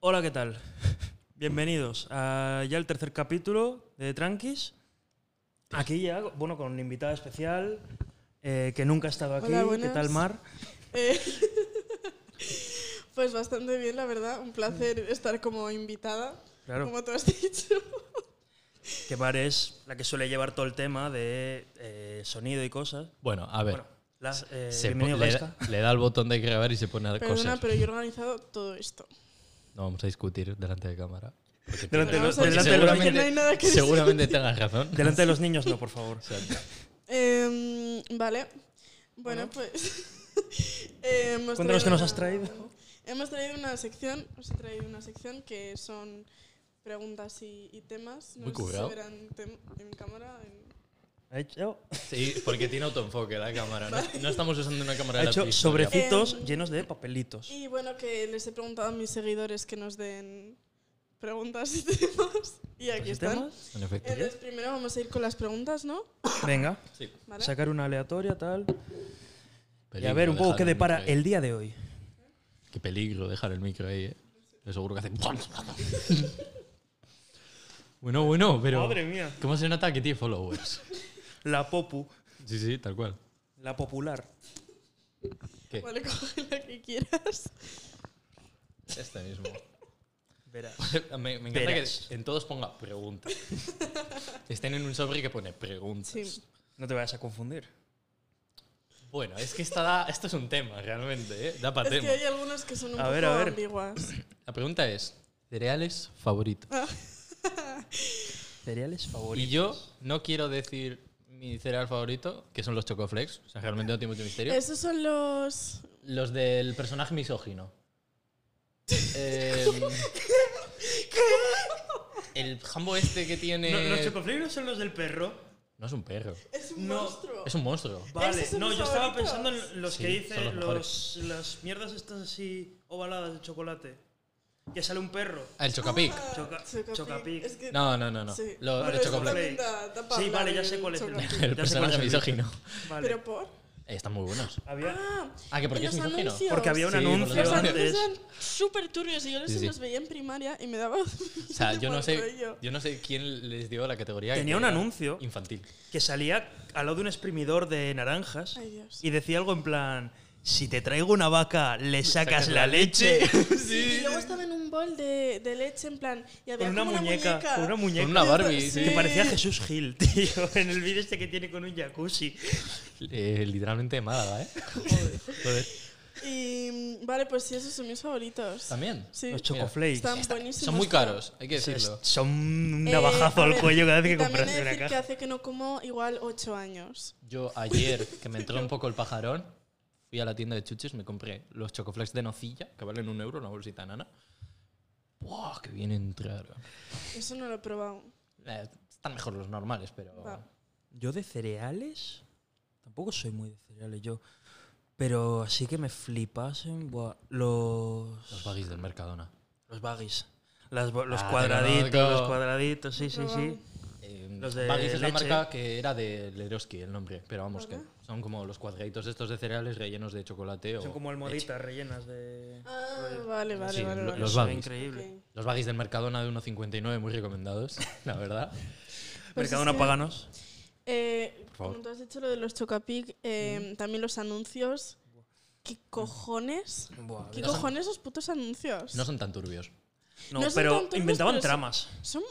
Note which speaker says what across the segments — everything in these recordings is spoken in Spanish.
Speaker 1: Hola, ¿qué tal? Bienvenidos a ya el tercer capítulo de Tranquis. Aquí ya, bueno, con una invitada especial eh, que nunca ha estado aquí.
Speaker 2: Hola,
Speaker 1: ¿Qué
Speaker 2: buenas.
Speaker 1: tal, Mar?
Speaker 2: Eh, pues bastante bien, la verdad. Un placer estar como invitada,
Speaker 1: Claro.
Speaker 2: como tú has dicho.
Speaker 1: Que Mar es la que suele llevar todo el tema de eh, sonido y cosas.
Speaker 3: Bueno, a ver.
Speaker 1: Bueno, las, eh,
Speaker 3: se po-
Speaker 1: bienvenido,
Speaker 3: le,
Speaker 1: Gasca.
Speaker 3: le da el botón de grabar y se pone a
Speaker 2: Perdona,
Speaker 3: coser.
Speaker 2: pero yo he organizado todo esto.
Speaker 3: No vamos a discutir delante de cámara. Porque-
Speaker 1: Delante de
Speaker 2: Pero
Speaker 1: los-
Speaker 2: vamos a
Speaker 1: delante de los
Speaker 2: discutir, que
Speaker 1: niños-
Speaker 2: no hay nada que decir.
Speaker 3: seguramente tengas razón.
Speaker 1: delante de los niños, no, por favor.
Speaker 2: Em, vale. Bueno, pues. eh, hemos
Speaker 1: Cuéntanos
Speaker 2: traído
Speaker 1: qué nos
Speaker 2: una-
Speaker 1: has traído.
Speaker 2: Hemos traído una sección, os he traído una sección que son preguntas y, y temas. No
Speaker 3: Muy
Speaker 2: sé si
Speaker 3: currado.
Speaker 2: se verán tem- en cámara. en-
Speaker 1: Ha hecho,
Speaker 3: Sí, porque tiene autoenfoque la cámara. No, no estamos usando una cámara
Speaker 1: ha
Speaker 3: de la
Speaker 1: hecho
Speaker 3: prehistoria.
Speaker 1: sobrecitos
Speaker 2: Em,
Speaker 1: llenos de papelitos.
Speaker 2: Y bueno, que les he preguntado a mis seguidores que nos den preguntas y temas. Y aquí están.
Speaker 1: ¿Temas?
Speaker 3: En efecto.
Speaker 2: Entonces, primero vamos a ir con las preguntas, ¿no?
Speaker 1: Venga,
Speaker 3: Sí.
Speaker 2: ¿Vale?
Speaker 1: sacar una aleatoria, tal. Y a
Speaker 3: Peligro
Speaker 1: ver un poco
Speaker 3: dejar
Speaker 1: qué
Speaker 3: el
Speaker 1: depara
Speaker 3: micro ahí.
Speaker 1: el día de hoy.
Speaker 3: Qué peligro dejar el micro ahí, eh. Pero seguro que hace. bueno, bueno, pero.
Speaker 1: mía.
Speaker 3: ¿Cómo se nota que tiene followers?
Speaker 1: La popu.
Speaker 3: Sí, sí, tal cual.
Speaker 1: La popular.
Speaker 3: ¿Qué?
Speaker 2: Vale, coge la que quieras.
Speaker 3: Este mismo.
Speaker 1: Verás.
Speaker 3: me, me encanta
Speaker 1: Verás.
Speaker 3: que en todos ponga preguntas. Estén en un sobre que pone preguntas.
Speaker 2: Sí.
Speaker 1: No te vayas a confundir.
Speaker 3: Bueno, es que esta da, esto es un tema realmente, ¿eh? da para
Speaker 2: Es
Speaker 3: tema.
Speaker 2: que hay algunas que son un
Speaker 1: A
Speaker 2: poco
Speaker 1: ver, a ver.
Speaker 2: ambiguas.
Speaker 3: La pregunta es, cereales favoritos.
Speaker 2: Ah.
Speaker 1: Cereales favoritos.
Speaker 3: Y yo no quiero decir mi cereal favorito, que son los chocoflex, o sea, realmente no tiene mucho misterio.
Speaker 2: Esos son los.
Speaker 3: Los del personaje misógino. Eh, el jambo este que tiene...
Speaker 1: chocoflibros son los del perro.
Speaker 3: No es un perro,
Speaker 2: Es un
Speaker 1: No.
Speaker 2: monstruo. Ah,
Speaker 3: es un monstruo.
Speaker 1: Vale,
Speaker 2: Esos son
Speaker 1: no,
Speaker 2: mis
Speaker 1: yo estaba
Speaker 2: favoritos.
Speaker 1: pensando en los
Speaker 3: Sí,
Speaker 1: que
Speaker 3: son
Speaker 1: dicen
Speaker 3: los
Speaker 1: los, las mierdas estas así ovaladas de chocolate. Que sale un perro.
Speaker 3: Ah, El chocapic.
Speaker 1: Choca-
Speaker 2: Chocapic.
Speaker 1: chocapic.
Speaker 2: Es que-
Speaker 3: No, no, no, no.
Speaker 2: Sí.
Speaker 3: Lo-
Speaker 1: Vale,
Speaker 3: los
Speaker 2: Pero también
Speaker 3: chocoflex.
Speaker 2: da- da pa'
Speaker 1: Sí,
Speaker 2: hablar
Speaker 1: vale, ya
Speaker 2: el
Speaker 1: sé cuál es.
Speaker 2: chocapic.
Speaker 1: Ya sé
Speaker 3: El
Speaker 1: cuál es
Speaker 3: personaje
Speaker 1: el vídeo.
Speaker 3: misógino.
Speaker 1: Vale.
Speaker 2: Pero por.
Speaker 3: Eh, Están muy buenos.
Speaker 1: había,
Speaker 2: Ah,
Speaker 3: Ah, que porque
Speaker 2: en
Speaker 3: es
Speaker 2: los
Speaker 3: misógino.
Speaker 2: anuncios.
Speaker 1: porque había un
Speaker 3: Sí, por
Speaker 1: anuncio
Speaker 3: los
Speaker 2: Los
Speaker 1: antes.
Speaker 2: anuncios eran súper turbios y yo los,
Speaker 3: Sí, sí.
Speaker 2: los veía en primaria y me daba.
Speaker 3: O sea, yo no, sé, yo no sé quién les dio la categoría.
Speaker 1: Tenía
Speaker 3: que
Speaker 1: un
Speaker 3: era
Speaker 1: anuncio.
Speaker 3: Infantil.
Speaker 1: que salía al lado de un exprimidor de naranjas
Speaker 2: Ay, Dios.
Speaker 1: y decía algo en plan, si te traigo una vaca, le sacas la leche.
Speaker 2: Y luego estaba en un bol de, de leche en plan. Y había
Speaker 1: Con una
Speaker 2: como
Speaker 1: muñeca, con una muñeca.
Speaker 3: Con una Barbie.
Speaker 2: Sí.
Speaker 3: sí.
Speaker 1: Que parecía Jesús Gil, tío, en el vídeo este que tiene con un jacuzzi.
Speaker 3: Eh, literalmente de Málaga, ¿eh? Joder.
Speaker 2: Y mm, vale, pues sí, esos son mis favoritos.
Speaker 3: También.
Speaker 2: Sí.
Speaker 1: Los chocoflakes.
Speaker 2: Están buenísimos.
Speaker 3: Son muy
Speaker 2: tío.
Speaker 3: caros, hay que
Speaker 1: Es-
Speaker 3: decirlo.
Speaker 1: Son un
Speaker 2: Eh,
Speaker 1: navajazo
Speaker 2: a
Speaker 1: al
Speaker 2: ver,
Speaker 1: cuello cada vez
Speaker 2: y
Speaker 1: que
Speaker 2: también he
Speaker 1: compras
Speaker 2: de
Speaker 1: una
Speaker 2: decir que
Speaker 1: caja.
Speaker 2: hace que no como igual 8 años.
Speaker 3: Yo ayer, que me entró un poco el pajarón, fui a la tienda de chuches, me compré los chocoflex de nocilla, que valen un euro, una bolsita nana. ¡Buah, qué bien entraron!
Speaker 2: Eso no lo he probado.
Speaker 3: Eh, están mejor los normales, pero...
Speaker 2: Va.
Speaker 1: Yo de cereales, tampoco soy muy de cereales yo, pero así que me flipasen buah, los...
Speaker 3: Los baggies del Mercadona.
Speaker 1: Los baggies. Las bo- los
Speaker 3: Ah, te
Speaker 1: cuadraditos,
Speaker 3: conozco.
Speaker 1: los cuadraditos, sí, sí, sí.
Speaker 2: Probado.
Speaker 3: Eh,
Speaker 1: Los de
Speaker 3: Baggies es la
Speaker 1: leche.
Speaker 3: marca que era de Leroski el nombre, pero vamos, que
Speaker 2: Ajá.
Speaker 3: son como los cuadraditos estos de cereales rellenos de chocolate o... leche.
Speaker 1: rellenas de...
Speaker 2: Ah, vale, vale,
Speaker 3: Sí,
Speaker 2: vale.
Speaker 3: lo-
Speaker 2: vale.
Speaker 3: los
Speaker 1: Eso era
Speaker 3: baggies.
Speaker 1: increíble.
Speaker 2: Ok.
Speaker 3: Los baggies del Mercadona de 1,59 muy recomendados, la verdad.
Speaker 2: Pues
Speaker 1: Mercadona
Speaker 2: es que-
Speaker 1: Paganos.
Speaker 2: Eh,
Speaker 3: favor.
Speaker 2: como tú has dicho lo de los Chocapic, eh, también los anuncios. ¿Qué cojones?
Speaker 1: Buah,
Speaker 2: ¿Qué
Speaker 3: No son-
Speaker 2: cojones esos putos anuncios?
Speaker 3: No son tan turbios.
Speaker 1: No,
Speaker 2: No son
Speaker 1: pero
Speaker 2: tan turbios,
Speaker 1: inventaban
Speaker 2: pero son-
Speaker 1: tramas.
Speaker 2: Son-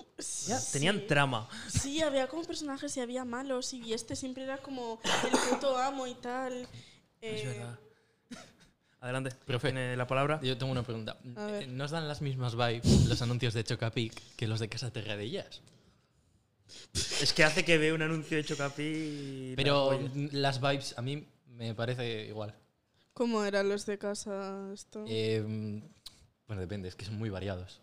Speaker 1: Ya,
Speaker 2: sí.
Speaker 1: Tenían trama.
Speaker 2: Sí, había como personajes y había malos y este siempre era como el puto amo y tal.
Speaker 1: Es
Speaker 2: Eh,
Speaker 1: verdad. Adelante.
Speaker 3: Profe.
Speaker 1: Tiene la palabra.
Speaker 3: Yo tengo una pregunta. Eh,
Speaker 2: A ver.
Speaker 3: ¿Nos dan las mismas vibes los anuncios de Chocapic que los de Casa Terradillas?
Speaker 1: Es que hace que ve un anuncio de Chocapi. y
Speaker 3: Pero
Speaker 1: la apoya.
Speaker 3: las vibes a mí me parece igual.
Speaker 2: ¿Cómo eran los de casa esto?
Speaker 3: Em, Eh, bueno, depende, es que son muy variados.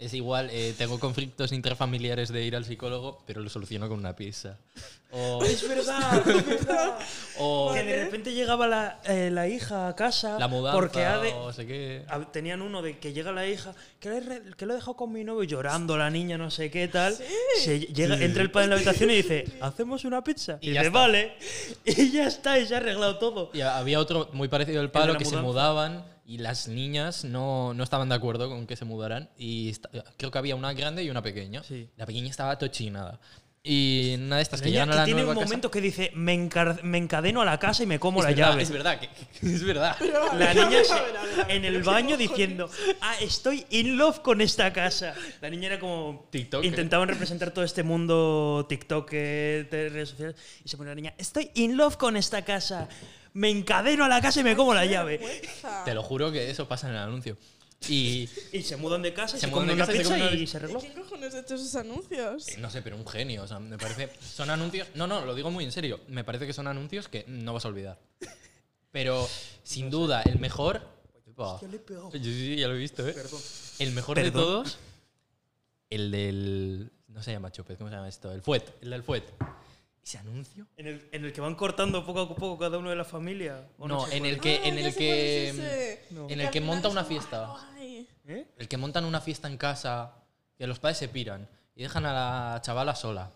Speaker 3: Es igual, eh, tengo conflictos intrafamiliares de ir al psicólogo, pero lo soluciono con una pizza. O,
Speaker 1: Es verdad. es verdad.
Speaker 3: o
Speaker 1: que de repente llegaba la, eh, la hija a casa.
Speaker 3: la mudanza,
Speaker 1: Porque ha de-
Speaker 3: o no sé qué.
Speaker 1: a- tenían uno de que llega la hija, que lo, he re- que lo he dejado con mi novio llorando, la niña, no sé qué tal. Se llega, entra el padre en la habitación y dice, ¿hacemos una pizza?
Speaker 3: Y
Speaker 1: Y,
Speaker 3: ya
Speaker 1: dice,
Speaker 3: está.
Speaker 1: vale. Y ya está, y se ha arreglado todo.
Speaker 3: Y había otro muy parecido al
Speaker 1: de
Speaker 3: palo
Speaker 1: la
Speaker 3: que se
Speaker 1: mudanza.
Speaker 3: mudaban y las niñas no, no estaban de acuerdo con que se mudaran. Y esta- creo que había una grande y una pequeña.
Speaker 1: Sí.
Speaker 3: La pequeña estaba tochinada. Y una de estas que
Speaker 1: Niña
Speaker 3: llegan a
Speaker 1: que
Speaker 3: la
Speaker 1: tiene
Speaker 3: nueva
Speaker 1: un momento que dice, me, encar- me encadeno a la casa y me como
Speaker 3: casa.
Speaker 1: la
Speaker 3: es, verdad,
Speaker 1: llave.
Speaker 3: es verdad, que- es verdad.
Speaker 2: Pero, a
Speaker 1: La
Speaker 2: ver, a
Speaker 1: niña
Speaker 2: ver,
Speaker 1: se-
Speaker 2: a ver, a ver, a ver,
Speaker 1: en el
Speaker 2: pero qué
Speaker 1: baño
Speaker 2: cojones.
Speaker 1: diciendo, ah, estoy in love con esta casa. La niña era como...
Speaker 3: TikToker.
Speaker 1: Intentaban representar todo este mundo TikTok, eh, de redes sociales. Y se pone la niña, estoy in love con esta casa. Me encadeno a la casa y me como la
Speaker 2: Qué
Speaker 1: llave.
Speaker 2: vergüenza.
Speaker 3: Te lo juro que eso pasa en el anuncio. Y
Speaker 1: Y se mudan de casa, y se,
Speaker 3: Se mudan de
Speaker 1: comen una
Speaker 3: casa y se
Speaker 1: pizza
Speaker 3: comen una-
Speaker 1: y se
Speaker 2: ¿Y
Speaker 1: arregló.
Speaker 2: quién cojones ha hecho esos anuncios?
Speaker 3: Eh, No sé, pero un genio. O sea, me parece. Son anuncios. No, no, lo digo muy en serio. Me parece que son anuncios que no vas a olvidar. Pero, sin duda, el mejor. Buah.
Speaker 1: le he pegado.
Speaker 3: Sí, sí, ya lo he visto, ¿eh? El mejor de
Speaker 1: Perdón.
Speaker 3: todos. El del. No se llama Chopez, ¿cómo se llama esto? El Fuet. El del Fuet. ¿Ese anuncio?
Speaker 1: En el, en el que van cortando poco a poco cada uno de la familia. ¿o
Speaker 3: No,
Speaker 1: sé
Speaker 3: en
Speaker 1: cuál
Speaker 3: el que.
Speaker 2: Ah,
Speaker 3: en
Speaker 2: ya sé cuál
Speaker 3: el
Speaker 2: es
Speaker 3: que.
Speaker 2: ese.
Speaker 1: No.
Speaker 3: En
Speaker 2: Que
Speaker 3: el
Speaker 2: al
Speaker 3: que
Speaker 2: final
Speaker 3: monta
Speaker 2: es
Speaker 3: una
Speaker 2: como,
Speaker 3: fiesta.
Speaker 2: "Ah, guay".
Speaker 1: es. ¿Eh?
Speaker 3: El que montan una fiesta en casa, que los padres se piran y dejan a la chavala sola.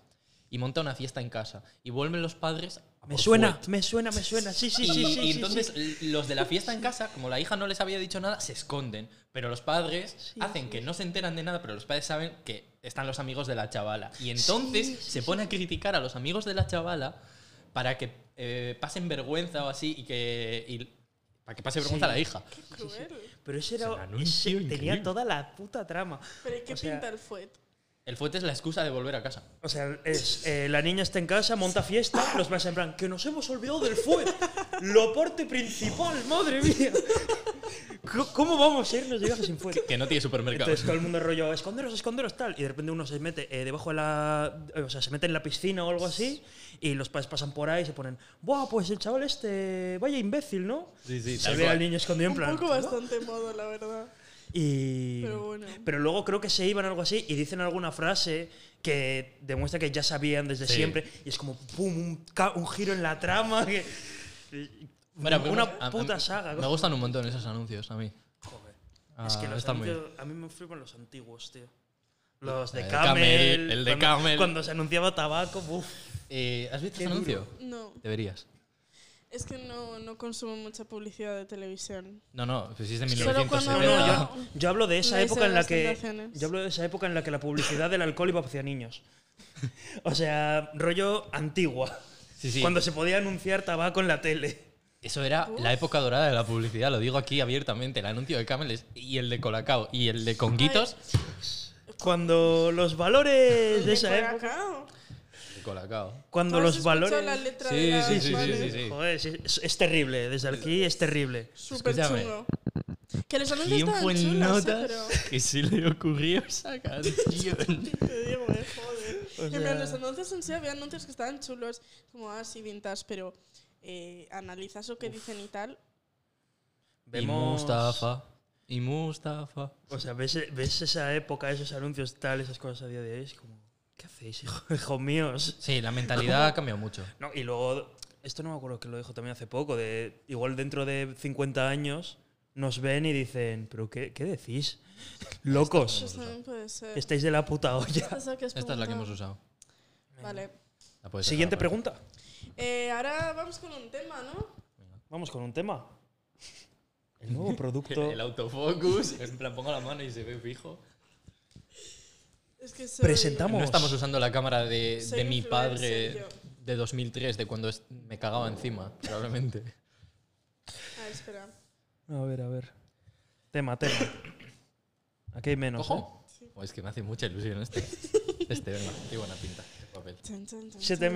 Speaker 3: Y monta una fiesta en casa. Y vuelven los padres. a
Speaker 1: Me
Speaker 3: por
Speaker 1: suena,
Speaker 3: fuet.
Speaker 1: me suena, me suena. Sí, sí,
Speaker 3: y,
Speaker 1: sí. sí,
Speaker 3: y
Speaker 1: sí,
Speaker 3: entonces
Speaker 1: sí.
Speaker 3: los de la fiesta en casa, como la hija no les había dicho nada, se esconden. Pero los padres
Speaker 1: Sí,
Speaker 3: hacen que no se enteran de nada, pero los padres saben que están los amigos de la chavala. Y entonces
Speaker 1: Sí, sí,
Speaker 3: se pone a criticar a los amigos de la chavala para que eh, pasen vergüenza o así y que. y- para que pase vergüenza
Speaker 1: Sí.
Speaker 3: a la hija.
Speaker 2: Qué cruel.
Speaker 1: Pero ese
Speaker 3: Es un
Speaker 1: era.
Speaker 3: anuncio
Speaker 1: ese
Speaker 3: increíble.
Speaker 1: tenía toda la puta trama.
Speaker 2: Pero ¿y qué
Speaker 1: O sea,
Speaker 2: pinta el fuet?
Speaker 3: El fuete es la excusa de volver a casa.
Speaker 1: O sea, es, eh, la niña está en casa, monta fiesta, los padres en plan, que nos hemos olvidado del fuet, lo aporte principal, madre mía. Co- ¿Cómo vamos a irnos de viaje sin fuet?
Speaker 3: Que no tiene supermercado.
Speaker 1: Entonces todo el mundo rollo, esconderos, esconderos, tal. Y de repente uno se mete eh, debajo de la. eh, o sea, se mete en la piscina o algo así. Y los padres pasan por ahí y se ponen, ¡buah! Pues el chaval este, vaya imbécil, ¿no?
Speaker 3: Sí, sí,
Speaker 1: se
Speaker 3: tal
Speaker 1: ve
Speaker 3: cual.
Speaker 1: al niño escondido en
Speaker 2: Un
Speaker 1: plan.
Speaker 2: poco
Speaker 1: "¿No?".
Speaker 2: bastante modo, la verdad.
Speaker 1: Y,
Speaker 2: Pero bueno.
Speaker 1: pero luego creo que se iban algo así y dicen alguna frase que demuestra que ya sabían desde
Speaker 3: Sí.
Speaker 1: siempre. Y es como ¡pum! Un, ca- un giro en la trama. que-
Speaker 3: Bueno, pero
Speaker 1: una
Speaker 3: a- a-
Speaker 1: puta saga.
Speaker 3: Me gustan un montón esos anuncios a mí.
Speaker 1: Joder.
Speaker 3: Ah,
Speaker 1: es que los
Speaker 3: están muy
Speaker 1: anuncios- a mí me flipan los antiguos, tío. Los de
Speaker 3: El de
Speaker 1: Camel.
Speaker 3: Camel, el de
Speaker 1: cuando,
Speaker 3: Camel.
Speaker 1: Cuando se anunciaba tabaco, ¡buf!
Speaker 3: bien. Eh, ¿Has visto
Speaker 1: Qué
Speaker 3: ese anuncio?
Speaker 1: duro.
Speaker 2: No,
Speaker 3: Deberías.
Speaker 2: es que no, no consumo mucha publicidad de televisión.
Speaker 3: No, no, pues si es de
Speaker 2: Solo cuando
Speaker 3: 1970.
Speaker 1: No,
Speaker 2: Pero-
Speaker 1: no, yo, yo hablo de esa
Speaker 2: No,
Speaker 1: época
Speaker 2: esas
Speaker 1: en la que
Speaker 2: tentaciones.
Speaker 1: yo hablo de esa época en la que la publicidad del alcohol iba hacia niños. O sea, rollo antigua.
Speaker 3: Sí, sí.
Speaker 1: Cuando se podía anunciar tabaco en la tele.
Speaker 3: Eso era la época dorada de la publicidad, lo digo aquí abiertamente. El anuncio de Camel es- y el de Colacao y el de Conguitos.
Speaker 1: Cuando los valores de esa época.
Speaker 2: Colacao.
Speaker 3: de Colacao.
Speaker 1: Cuando
Speaker 2: ¿Has
Speaker 1: los
Speaker 2: escuchado
Speaker 1: valores.
Speaker 2: la letra
Speaker 3: Sí,
Speaker 2: de la-
Speaker 3: sí, sí, sí,
Speaker 2: vale.
Speaker 3: sí, sí.
Speaker 1: Joder, sí, es, es terrible. Desde aquí es terrible.
Speaker 2: Súper
Speaker 3: Escúchame.
Speaker 2: chungo. Que los anuncios
Speaker 3: ¿Quién
Speaker 2: estaban
Speaker 3: fue
Speaker 2: chulos, ¿eh?
Speaker 3: en
Speaker 2: notas?
Speaker 3: notas que se le ocurrió esa canción?
Speaker 2: pero... Te digo, eh, joder.
Speaker 1: O
Speaker 2: En plan,
Speaker 1: sea-
Speaker 2: los anuncios en sí había anuncios que estaban chulos, como así vintage, pero eh, analizas lo que dicen y tal.
Speaker 3: y Mustafa. Y Mustafa.
Speaker 1: O sea, ves, ves esa época, esos anuncios, tal, esas cosas a día de hoy. Es como, ¿qué hacéis, hijo- hijos míos?
Speaker 3: Sí, la mentalidad ha cambiado mucho.
Speaker 1: No, y luego, esto no me acuerdo que lo dijo también hace poco, de igual dentro de 50 años nos ven y dicen, ¿pero qué, qué decís?
Speaker 2: Eso
Speaker 1: Locos,
Speaker 2: también puede ser.
Speaker 1: estáis de la puta olla.
Speaker 2: Esta es la que, has
Speaker 3: Esta es la que hemos
Speaker 2: preguntado.
Speaker 3: usado.
Speaker 2: Vale.
Speaker 3: La puedes dejar,
Speaker 1: Siguiente
Speaker 3: vale.
Speaker 1: pregunta.
Speaker 2: Eh, ahora vamos con un tema, ¿no?
Speaker 1: Vamos con un tema. El nuevo producto
Speaker 3: El autofocus, en plan pongo la mano y se ve fijo.
Speaker 2: Es que soy-
Speaker 1: presentamos.
Speaker 3: No estamos usando la cámara de,
Speaker 2: Soy
Speaker 3: de mi
Speaker 2: influencer,
Speaker 3: padre de 2003, de cuando es- me cagaba encima, probablemente.
Speaker 2: Ah, espera.
Speaker 1: A ver, a ver. Tema, tema. Aquí hay menos. ¿eh?
Speaker 3: Ojo. Oh, es que me hace mucha ilusión este. Este, venga, qué buena pinta. qué papel.
Speaker 2: Chan, chan,
Speaker 1: ¿eh?
Speaker 2: chan, chan.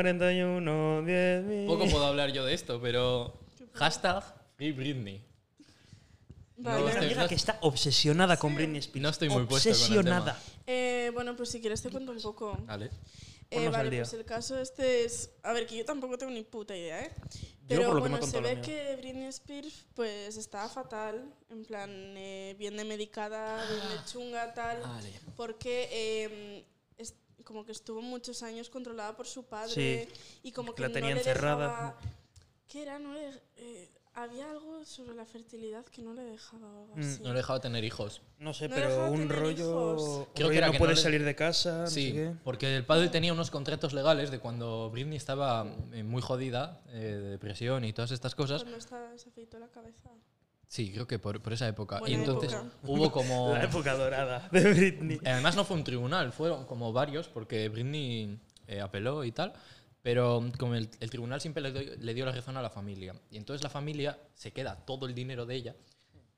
Speaker 1: 7841, 10.000.
Speaker 3: Poco puedo hablar yo de esto, pero. Hashtag Free Britney.
Speaker 1: Hay
Speaker 3: No, este-
Speaker 1: una
Speaker 3: estoy-
Speaker 1: amiga
Speaker 3: no-
Speaker 1: que está obsesionada con Britney Spears.
Speaker 3: No estoy muy puesto con el tema.
Speaker 1: obsesionada.
Speaker 2: Eh, bueno, pues si quieres te cuento un poco.
Speaker 3: Vale.
Speaker 2: Eh,
Speaker 1: Ponnos al
Speaker 2: vale,
Speaker 1: día.
Speaker 2: pues el caso este es... A ver, que yo tampoco tengo ni puta idea, ¿eh? Pero
Speaker 4: por lo que
Speaker 2: bueno,
Speaker 4: me ha
Speaker 2: se
Speaker 4: contado
Speaker 2: ve
Speaker 4: la mía.
Speaker 2: que Britney Spears pues estaba fatal, en plan eh, bien de medicada, bien de chunga, tal,
Speaker 3: Ah.
Speaker 4: Vale.
Speaker 2: porque eh, es- como que estuvo muchos años controlada por su padre y como que
Speaker 1: la tenía
Speaker 2: no
Speaker 1: encerrada.
Speaker 2: Le dejaba, ¿Qué era? No le- eh, había algo sobre la fertilidad que no le dejaba o algo
Speaker 1: Mm,
Speaker 2: así.
Speaker 3: No le he dejado tener hijos.
Speaker 1: No sé,
Speaker 2: No
Speaker 1: pero
Speaker 2: dejaba
Speaker 1: un
Speaker 2: tener
Speaker 1: rollo.
Speaker 2: hijos.
Speaker 1: un
Speaker 3: Creo que
Speaker 1: rollo
Speaker 3: era
Speaker 1: no
Speaker 3: que no
Speaker 1: puedes
Speaker 3: le-
Speaker 1: salir de casa. Ah, no sé
Speaker 3: Sí,
Speaker 1: qué.
Speaker 3: porque el padre tenía unos contratos legales de cuando Britney estaba eh, muy jodida, eh, de depresión y todas estas cosas.
Speaker 2: Cuando estaba, se afeitó la cabeza.
Speaker 3: Sí, creo que por, por esa época. y
Speaker 2: Buena
Speaker 3: entonces
Speaker 2: época.
Speaker 3: hubo como...
Speaker 1: La época dorada de Britney.
Speaker 3: Eh, Además no fue un tribunal, fueron como varios, porque Britney eh, apeló y tal, pero como el, el tribunal siempre le, doy- le dio la razón a la familia. Y entonces la familia se queda todo el dinero de ella,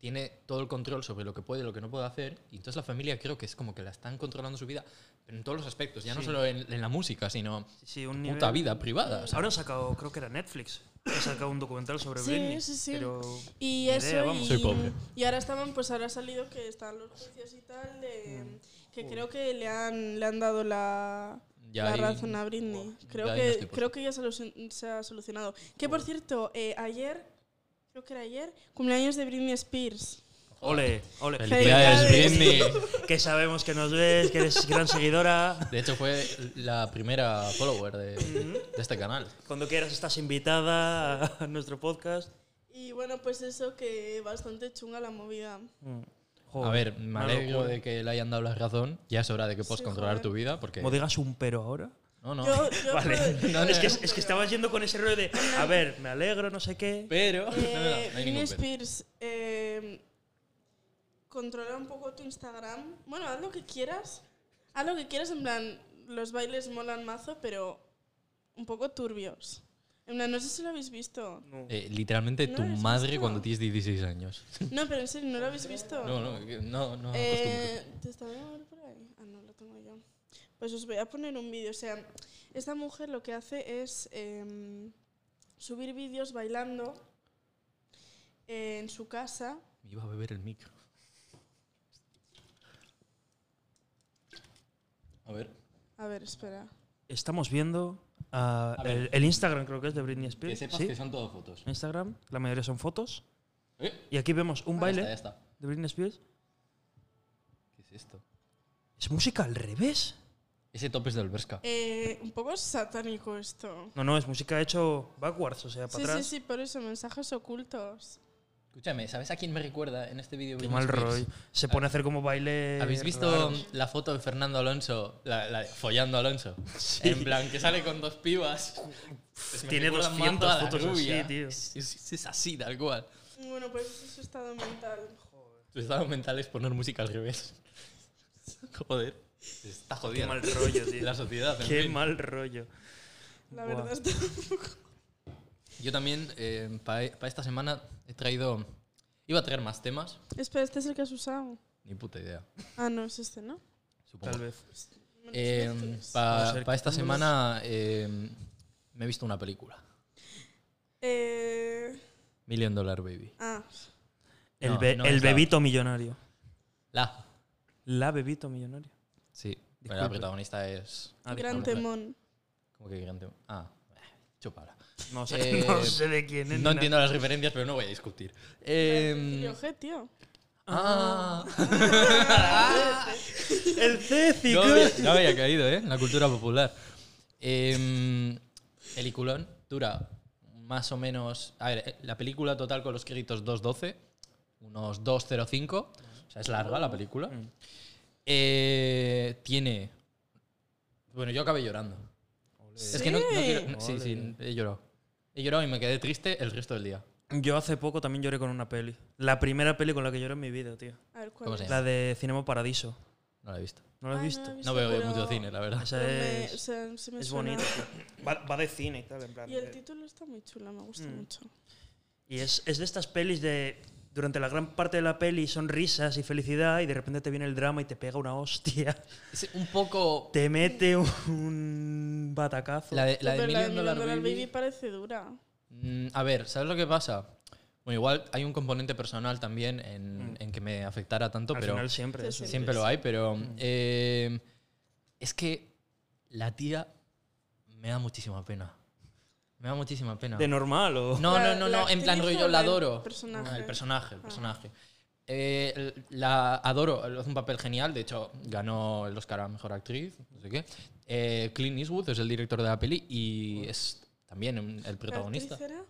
Speaker 3: tiene todo el control sobre lo que puede y lo que no puede hacer, y entonces la familia creo que es como que la están controlando su vida, pero en todos los aspectos, ya no
Speaker 1: Sí.
Speaker 3: solo en, en la música, sino
Speaker 1: Sí, un
Speaker 3: puta vida privada. o sea,
Speaker 1: Ahora han sacado, creo que era Netflix, ha sacado un documental sobre
Speaker 2: Sí,
Speaker 1: Britney.
Speaker 2: sí, sí.
Speaker 1: Pero
Speaker 2: Y
Speaker 1: ni idea,
Speaker 2: eso,
Speaker 1: vamos.
Speaker 2: y,
Speaker 3: Soy pobre.
Speaker 2: y ahora estaban, pues ahora ha salido que están los juicios y tal, de, que creo que le han, le han dado la,
Speaker 3: ya
Speaker 2: la
Speaker 3: ahí-
Speaker 2: razón a Britney. Creo,
Speaker 3: ahí no estoy
Speaker 2: que,
Speaker 3: puesto.
Speaker 2: creo que ya se, lo sen- se ha solucionado. Que por cierto, eh, ayer, creo que era ayer, cumpleaños de Britney Spears.
Speaker 1: Ole, ole.
Speaker 3: Felicidades, Britney.
Speaker 2: Felicidades.
Speaker 1: Que sabemos que nos ves, que eres gran seguidora.
Speaker 3: De hecho fue la primera follower de, de este canal.
Speaker 1: Cuando quieras estás invitada a nuestro podcast.
Speaker 2: Y bueno, pues eso que bastante chunga la movida.
Speaker 1: Joder,
Speaker 3: a ver, me
Speaker 1: una
Speaker 3: alegro
Speaker 1: locura.
Speaker 3: de que le hayan dado la razón. Ya es hora de que puedas
Speaker 2: Sí,
Speaker 3: controlar
Speaker 2: joder.
Speaker 3: tu vida, porque...
Speaker 1: Como digas un pero ahora.
Speaker 3: No, no.
Speaker 2: Yo, yo
Speaker 1: Vale.
Speaker 2: puedo-
Speaker 3: No, no,
Speaker 1: es, que,
Speaker 3: no.
Speaker 1: es que estabas yendo con ese rollo de, a ver, me alegro, no sé qué.
Speaker 3: Pero...
Speaker 2: Eh,
Speaker 3: no, no, no, no hay
Speaker 2: Britney
Speaker 3: ningún pero.
Speaker 2: Spears, eh, controla un poco tu Instagram. Bueno, haz lo que quieras. Haz lo que quieras, en plan, los bailes molan mazo, pero un poco turbios. En plan, no sé si lo habéis visto.
Speaker 1: No.
Speaker 3: Eh, literalmente
Speaker 2: ¿No
Speaker 3: tu
Speaker 2: lo has
Speaker 3: madre
Speaker 2: visto?
Speaker 3: cuando tienes 16 años.
Speaker 2: No, pero en serio, ¿no lo habéis visto?
Speaker 3: No, no, que-
Speaker 1: Ah,
Speaker 3: no,
Speaker 1: pues
Speaker 3: no acostumbro.
Speaker 2: Eh, ¿Te está viendo por ahí? Ah, no, lo tengo yo. Pues os voy a poner un vídeo. O sea, esta mujer lo que hace es em, subir vídeos bailando eh, en su casa.
Speaker 3: Me iba a beber el micro. A ver.
Speaker 2: A ver, espera.
Speaker 1: Estamos viendo ah,
Speaker 3: A ver.
Speaker 1: el, el Instagram, creo que es de Britney
Speaker 3: Que
Speaker 1: Spears.
Speaker 3: sepas
Speaker 1: ¿sí?
Speaker 3: que son todo fotos.
Speaker 1: Instagram, la mayoría son fotos.
Speaker 3: Eh,
Speaker 1: Y aquí vemos un baile
Speaker 3: Ya está, ya está.
Speaker 1: de Britney Spears.
Speaker 3: ¿Qué es esto?
Speaker 1: ¿Es música al revés?
Speaker 3: Ese top es de Alberska.
Speaker 2: Eh, un poco satánico esto.
Speaker 1: No, no, es música hecho backwards, o sea, para
Speaker 2: Sí, sí,
Speaker 1: atrás.
Speaker 2: sí, por eso, mensajes ocultos.
Speaker 3: Escúchame, ¿sabes a quién me recuerda en este vídeo?
Speaker 1: Qué
Speaker 3: Britney
Speaker 1: mal
Speaker 3: Spears?
Speaker 1: rollo. Se pone a hacer como baile.
Speaker 3: ¿Habéis visto
Speaker 1: raros.
Speaker 3: la foto de Fernando Alonso, la, la de follando a Alonso? En plan, que sale con dos pibas. Pues me
Speaker 1: Tiene
Speaker 3: recuerda
Speaker 1: 200
Speaker 3: mazo a la
Speaker 1: fotos así,
Speaker 3: rubia.
Speaker 1: tío.
Speaker 3: Es, es- es así, tal cual.
Speaker 2: Bueno, pues ese es su estado mental.
Speaker 3: Tu estado mental es poner música al revés. Joder, se está
Speaker 1: Qué
Speaker 3: jodiendo.
Speaker 1: mal rollo, tío.
Speaker 3: La sociedad, en
Speaker 1: Qué
Speaker 3: fin.
Speaker 1: mal rollo.
Speaker 2: La
Speaker 1: Buah.
Speaker 2: verdad está un poco...
Speaker 3: Yo también, para esta semana, he traído... Iba a traer más temas.
Speaker 2: Espera, ¿este es el que has usado?
Speaker 3: Ni puta idea,
Speaker 2: Ah, no, es este, ¿no? este
Speaker 3: supongo.
Speaker 1: Tal vez. Em, Vamos
Speaker 2: Menos
Speaker 1: a
Speaker 3: para
Speaker 1: ver,
Speaker 3: esta
Speaker 1: quitándonos.
Speaker 3: semana eh, me he visto una película.
Speaker 2: Eh,
Speaker 3: Million Dollar Baby.
Speaker 2: ah,
Speaker 1: El,
Speaker 3: No,
Speaker 1: be-
Speaker 3: no
Speaker 1: el
Speaker 3: es la-
Speaker 1: bebito millonario.
Speaker 3: La.
Speaker 1: La bebito millonaria.
Speaker 3: Sí, pero
Speaker 1: Disculpe.
Speaker 3: la protagonista es.
Speaker 1: Ah,
Speaker 2: Gran
Speaker 3: disculpa.
Speaker 2: Temón.
Speaker 3: Como que gran tema. Ah, eh, chupala.
Speaker 1: No sé,
Speaker 3: Eh,
Speaker 1: no sé de quién es.
Speaker 3: No
Speaker 1: ni
Speaker 3: entiendo las referencias, pero no voy a discutir.
Speaker 2: Y
Speaker 1: Em,
Speaker 3: Eh,
Speaker 2: Oje, tío.
Speaker 3: ah,
Speaker 1: nada. El Ceci.
Speaker 3: no,
Speaker 1: ¿qué?
Speaker 3: había, no había caído, ¿eh? En la cultura popular. Eh, peliculón dura más o menos. A ver, eh, la película total con los créditos 2.12, unos 2.05. O sea, es larga la película.
Speaker 1: Mm.
Speaker 3: Eh, tiene. Bueno, yo acabé llorando. Es que no, no quiero. no- sí,
Speaker 1: Ole.
Speaker 3: sí, he llorado. He llorado y me quedé triste el resto del día.
Speaker 1: Yo hace poco también lloré con una peli. La primera peli con la que lloré en mi vida, tío.
Speaker 2: A ver, ¿cuál
Speaker 3: ¿Cómo
Speaker 2: es?
Speaker 3: se llama?
Speaker 1: La de Cinema Paradiso.
Speaker 3: No la he visto.
Speaker 1: ¿No la has
Speaker 2: Ah,
Speaker 1: visto?
Speaker 2: no la he visto.
Speaker 3: No veo
Speaker 2: pero-
Speaker 3: mucho cine, la verdad.
Speaker 1: Esa
Speaker 2: pero me- o
Speaker 1: es,
Speaker 2: sea, sí me
Speaker 1: es
Speaker 2: suena.
Speaker 1: bonita. tío. Va, va de cine y tal, en plan.
Speaker 2: Y el
Speaker 1: de-
Speaker 2: título está muy chulo, me gusta
Speaker 1: Mm.
Speaker 2: mucho.
Speaker 1: Y es, es de estas pelis de. Durante la gran parte de la peli son risas y felicidad, y de repente te viene el drama y te pega una hostia.
Speaker 3: Es un poco.
Speaker 1: Te mete un batacazo.
Speaker 3: La de, la
Speaker 2: Pero
Speaker 3: de Million Dollar
Speaker 2: Million
Speaker 3: Baby.
Speaker 2: parece dura.
Speaker 3: Mm, a ver, ¿sabes lo que pasa? Bueno, igual hay un componente personal también en, en que me afectara tanto,
Speaker 1: Mm. Al
Speaker 3: pero
Speaker 1: final Mm. siempre.
Speaker 2: Sí,
Speaker 1: eso.
Speaker 2: sí.
Speaker 3: siempre lo hay. Pero eh, es que la tía me da muchísima pena. Me da muchísima pena.
Speaker 1: ¿De normal o.?
Speaker 3: No,
Speaker 2: La-
Speaker 3: no, no,
Speaker 2: la
Speaker 3: no, en plan
Speaker 2: actriz
Speaker 3: rollo
Speaker 2: o
Speaker 3: la
Speaker 2: el
Speaker 3: adoro.
Speaker 2: personaje.
Speaker 3: Ah, el personaje, el personaje. Eh, el- la adoro, hace un papel genial, de hecho ganó el Oscar a Mejor Actriz, no sé qué. Eh, Clint Eastwood es el director de la peli y es también un- el protagonista.
Speaker 2: ¿La actriz era?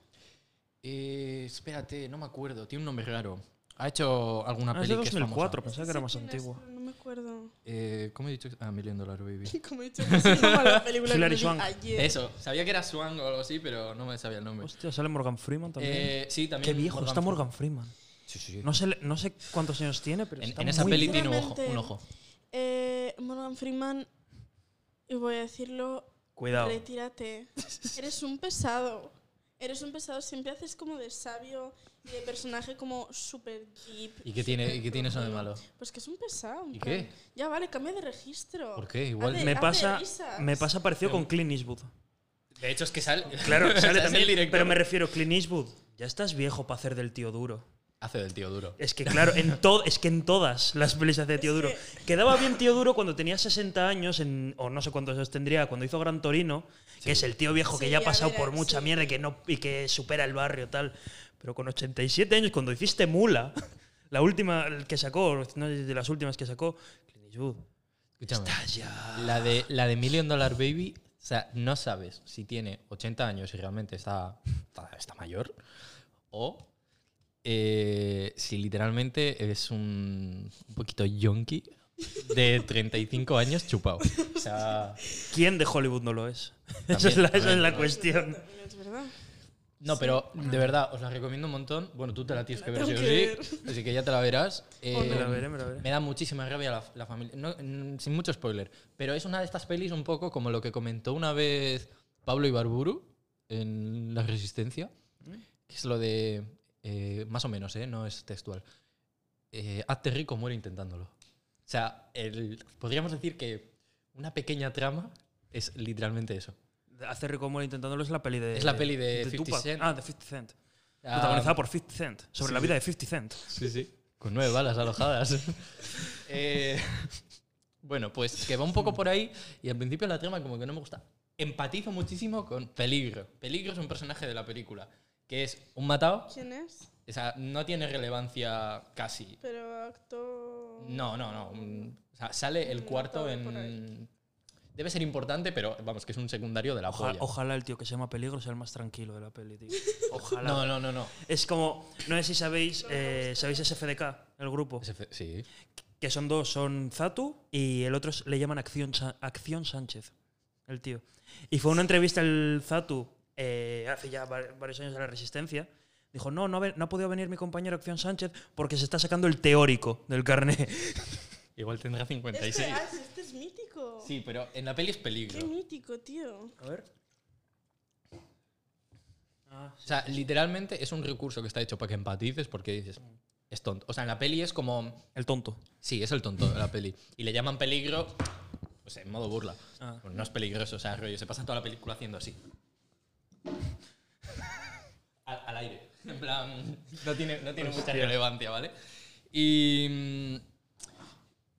Speaker 3: Eh, espérate, no me acuerdo, tiene un nombre raro. Ha hecho alguna
Speaker 1: Ah, es
Speaker 3: peli
Speaker 1: de
Speaker 3: que es
Speaker 1: 2004,
Speaker 3: famosa.
Speaker 1: pensaba que era
Speaker 2: Sí,
Speaker 1: más
Speaker 2: quién es,
Speaker 1: antigua.
Speaker 2: pero No me acuerdo.
Speaker 3: Eh, ¿Cómo he dicho? Ah, Million Dollar Baby.
Speaker 2: Como he dicho, que se llama la película que
Speaker 1: Hilary
Speaker 2: me vi
Speaker 1: Swank.
Speaker 2: ayer.
Speaker 3: Eso, sabía que era Swan o algo así, pero no me sabía el nombre.
Speaker 1: Hostia, sale Morgan Freeman también.
Speaker 3: Eh, sí, también.
Speaker 1: Qué viejo está
Speaker 3: Freeman.
Speaker 1: Morgan Freeman.
Speaker 3: Sí, sí.
Speaker 1: No sé, no sé cuántos años tiene, pero
Speaker 3: en,
Speaker 1: está
Speaker 3: en esa
Speaker 1: muy
Speaker 3: peli
Speaker 1: bien.
Speaker 3: tiene un ojo, un
Speaker 2: Seguramente.
Speaker 3: ojo.
Speaker 2: Eh, Morgan Freeman, y voy a decirlo,
Speaker 1: Cuidado.
Speaker 2: retírate. Eres un pesado. Eres un pesado, siempre haces como de sabio y de personaje como super deep.
Speaker 3: ¿Y qué tiene, y qué tiene eso de malo?
Speaker 2: Pues que es un pesado. en
Speaker 3: ¿Y
Speaker 2: plan,
Speaker 3: qué?
Speaker 2: Ya vale, cambia de registro.
Speaker 3: ¿Por qué? Igual-
Speaker 2: Hace-
Speaker 1: Me
Speaker 2: hace
Speaker 1: pasa,
Speaker 2: risas.
Speaker 1: me pasa parecido con Clint Eastwood.
Speaker 3: De hecho, es que sale.
Speaker 1: Claro,
Speaker 3: o sea,
Speaker 1: sale
Speaker 3: es el
Speaker 1: también.
Speaker 3: director.
Speaker 1: Pero me refiero, Clint Eastwood, ya estás viejo para hacer del tío duro.
Speaker 3: Hace del tío duro.
Speaker 1: Es que claro, en todo, es que en todas las pelis hace tío duro. Quedaba bien tío duro cuando tenía 60 años en- o no sé cuántos años tendría cuando hizo Gran Torino, que es el tío viejo que
Speaker 2: Sí,
Speaker 1: ya ha
Speaker 2: a
Speaker 1: pasado
Speaker 2: ver, eh,
Speaker 1: por
Speaker 2: sí.
Speaker 1: mucha mierda y que no y que supera el barrio tal. Pero con 87 años cuando hiciste Mula, la última que sacó, no sé si de las últimas que sacó, Clint Eastwood,
Speaker 3: Escúchame.
Speaker 1: estás ya.
Speaker 3: La de, la de Million Dollar Baby, o sea, no sabes si tiene 80 años y realmente está, está, está mayor o eh, si literalmente es un, un poquito yonki de 35 años chupado. O sea,
Speaker 1: ¿Quién de Hollywood no lo es? esa
Speaker 3: También,
Speaker 1: es la, esa
Speaker 3: también,
Speaker 1: es la
Speaker 3: ¿no?
Speaker 1: cuestión.
Speaker 2: También Es verdad.
Speaker 3: No, pero de verdad, os la recomiendo un montón. Bueno, tú te la tienes que ver,
Speaker 2: tengo
Speaker 3: sí o
Speaker 2: que
Speaker 3: sí. Así que ya te la verás. Eh,
Speaker 1: me la veré, me la veré.
Speaker 3: da muchísima rabia la, la familia. no, mm, sin mucho spoiler. Pero es una de estas pelis un poco como lo que comentó una vez Pablo Ibarburu en La Resistencia. Que es lo de. eh, más o menos, ¿eh? No es textual. Eh, hazte rico, muere intentándolo. O sea, el- podríamos decir que una pequeña trama es literalmente eso.
Speaker 1: Hace rico muere intentándolo es la peli de.
Speaker 3: Es la peli de 50
Speaker 1: Tupac.
Speaker 3: Cent.
Speaker 1: Ah, de 50 Cent.
Speaker 3: Ah,
Speaker 1: Protagonizada por 50 Cent. Sobre
Speaker 3: sí,
Speaker 1: la
Speaker 3: sí.
Speaker 1: vida de 50 Cent.
Speaker 3: Sí, sí. Con nueve balas alojadas. Eh, bueno, pues que va un poco por ahí y al principio la trama como que no me gusta. Empatizo muchísimo con Peligro. Peligro es un personaje de la película, que es un matado,
Speaker 2: ¿Quién es?
Speaker 3: o sea, no tiene relevancia casi.
Speaker 2: Pero acto.
Speaker 3: No, no, no. un- O sea, sale el
Speaker 2: Mm,
Speaker 3: cuarto
Speaker 2: todo por
Speaker 3: en... Debe ser importante, pero vamos, que es un secundario de la
Speaker 1: Ojalá,
Speaker 3: joya.
Speaker 1: ojalá el tío que se llama Peligro sea el más tranquilo de la peli, tío. Ojalá.
Speaker 3: No, no, no, no.
Speaker 1: Es como. No sé si sabéis. eh, ¿Sabéis SFDK? El grupo.
Speaker 3: Ese fe- Sí.
Speaker 1: Que son dos. Son Zatu y el otro es- le llaman Acción, Sa- Acción Sánchez. El tío. Y fue una entrevista el Zatu eh, hace ya va- varios años de la Resistencia. Dijo, no, no ha, ve- no ha podido venir mi compañero Acción Sánchez porque se está sacando el teórico del carnet.
Speaker 3: Igual tendrá
Speaker 2: Este,
Speaker 3: 56.
Speaker 2: ah, sí, este es mítico.
Speaker 3: Sí, pero en la peli es peligro.
Speaker 2: Qué mítico, tío.
Speaker 1: A ver.
Speaker 3: O sea, literalmente es un recurso que está hecho para que empatices porque dices, es tonto. O sea, en la peli es como,
Speaker 1: El tonto.
Speaker 3: sí, es el tonto de la peli. Y le llaman peligro, pues en modo burla.
Speaker 1: Ah.
Speaker 3: Pues no es peligroso, o sea, rollo, se pasa toda la película haciendo así. Al, al aire. En plan, no tiene, no tiene mucha relevancia, ¿vale? Y, mm,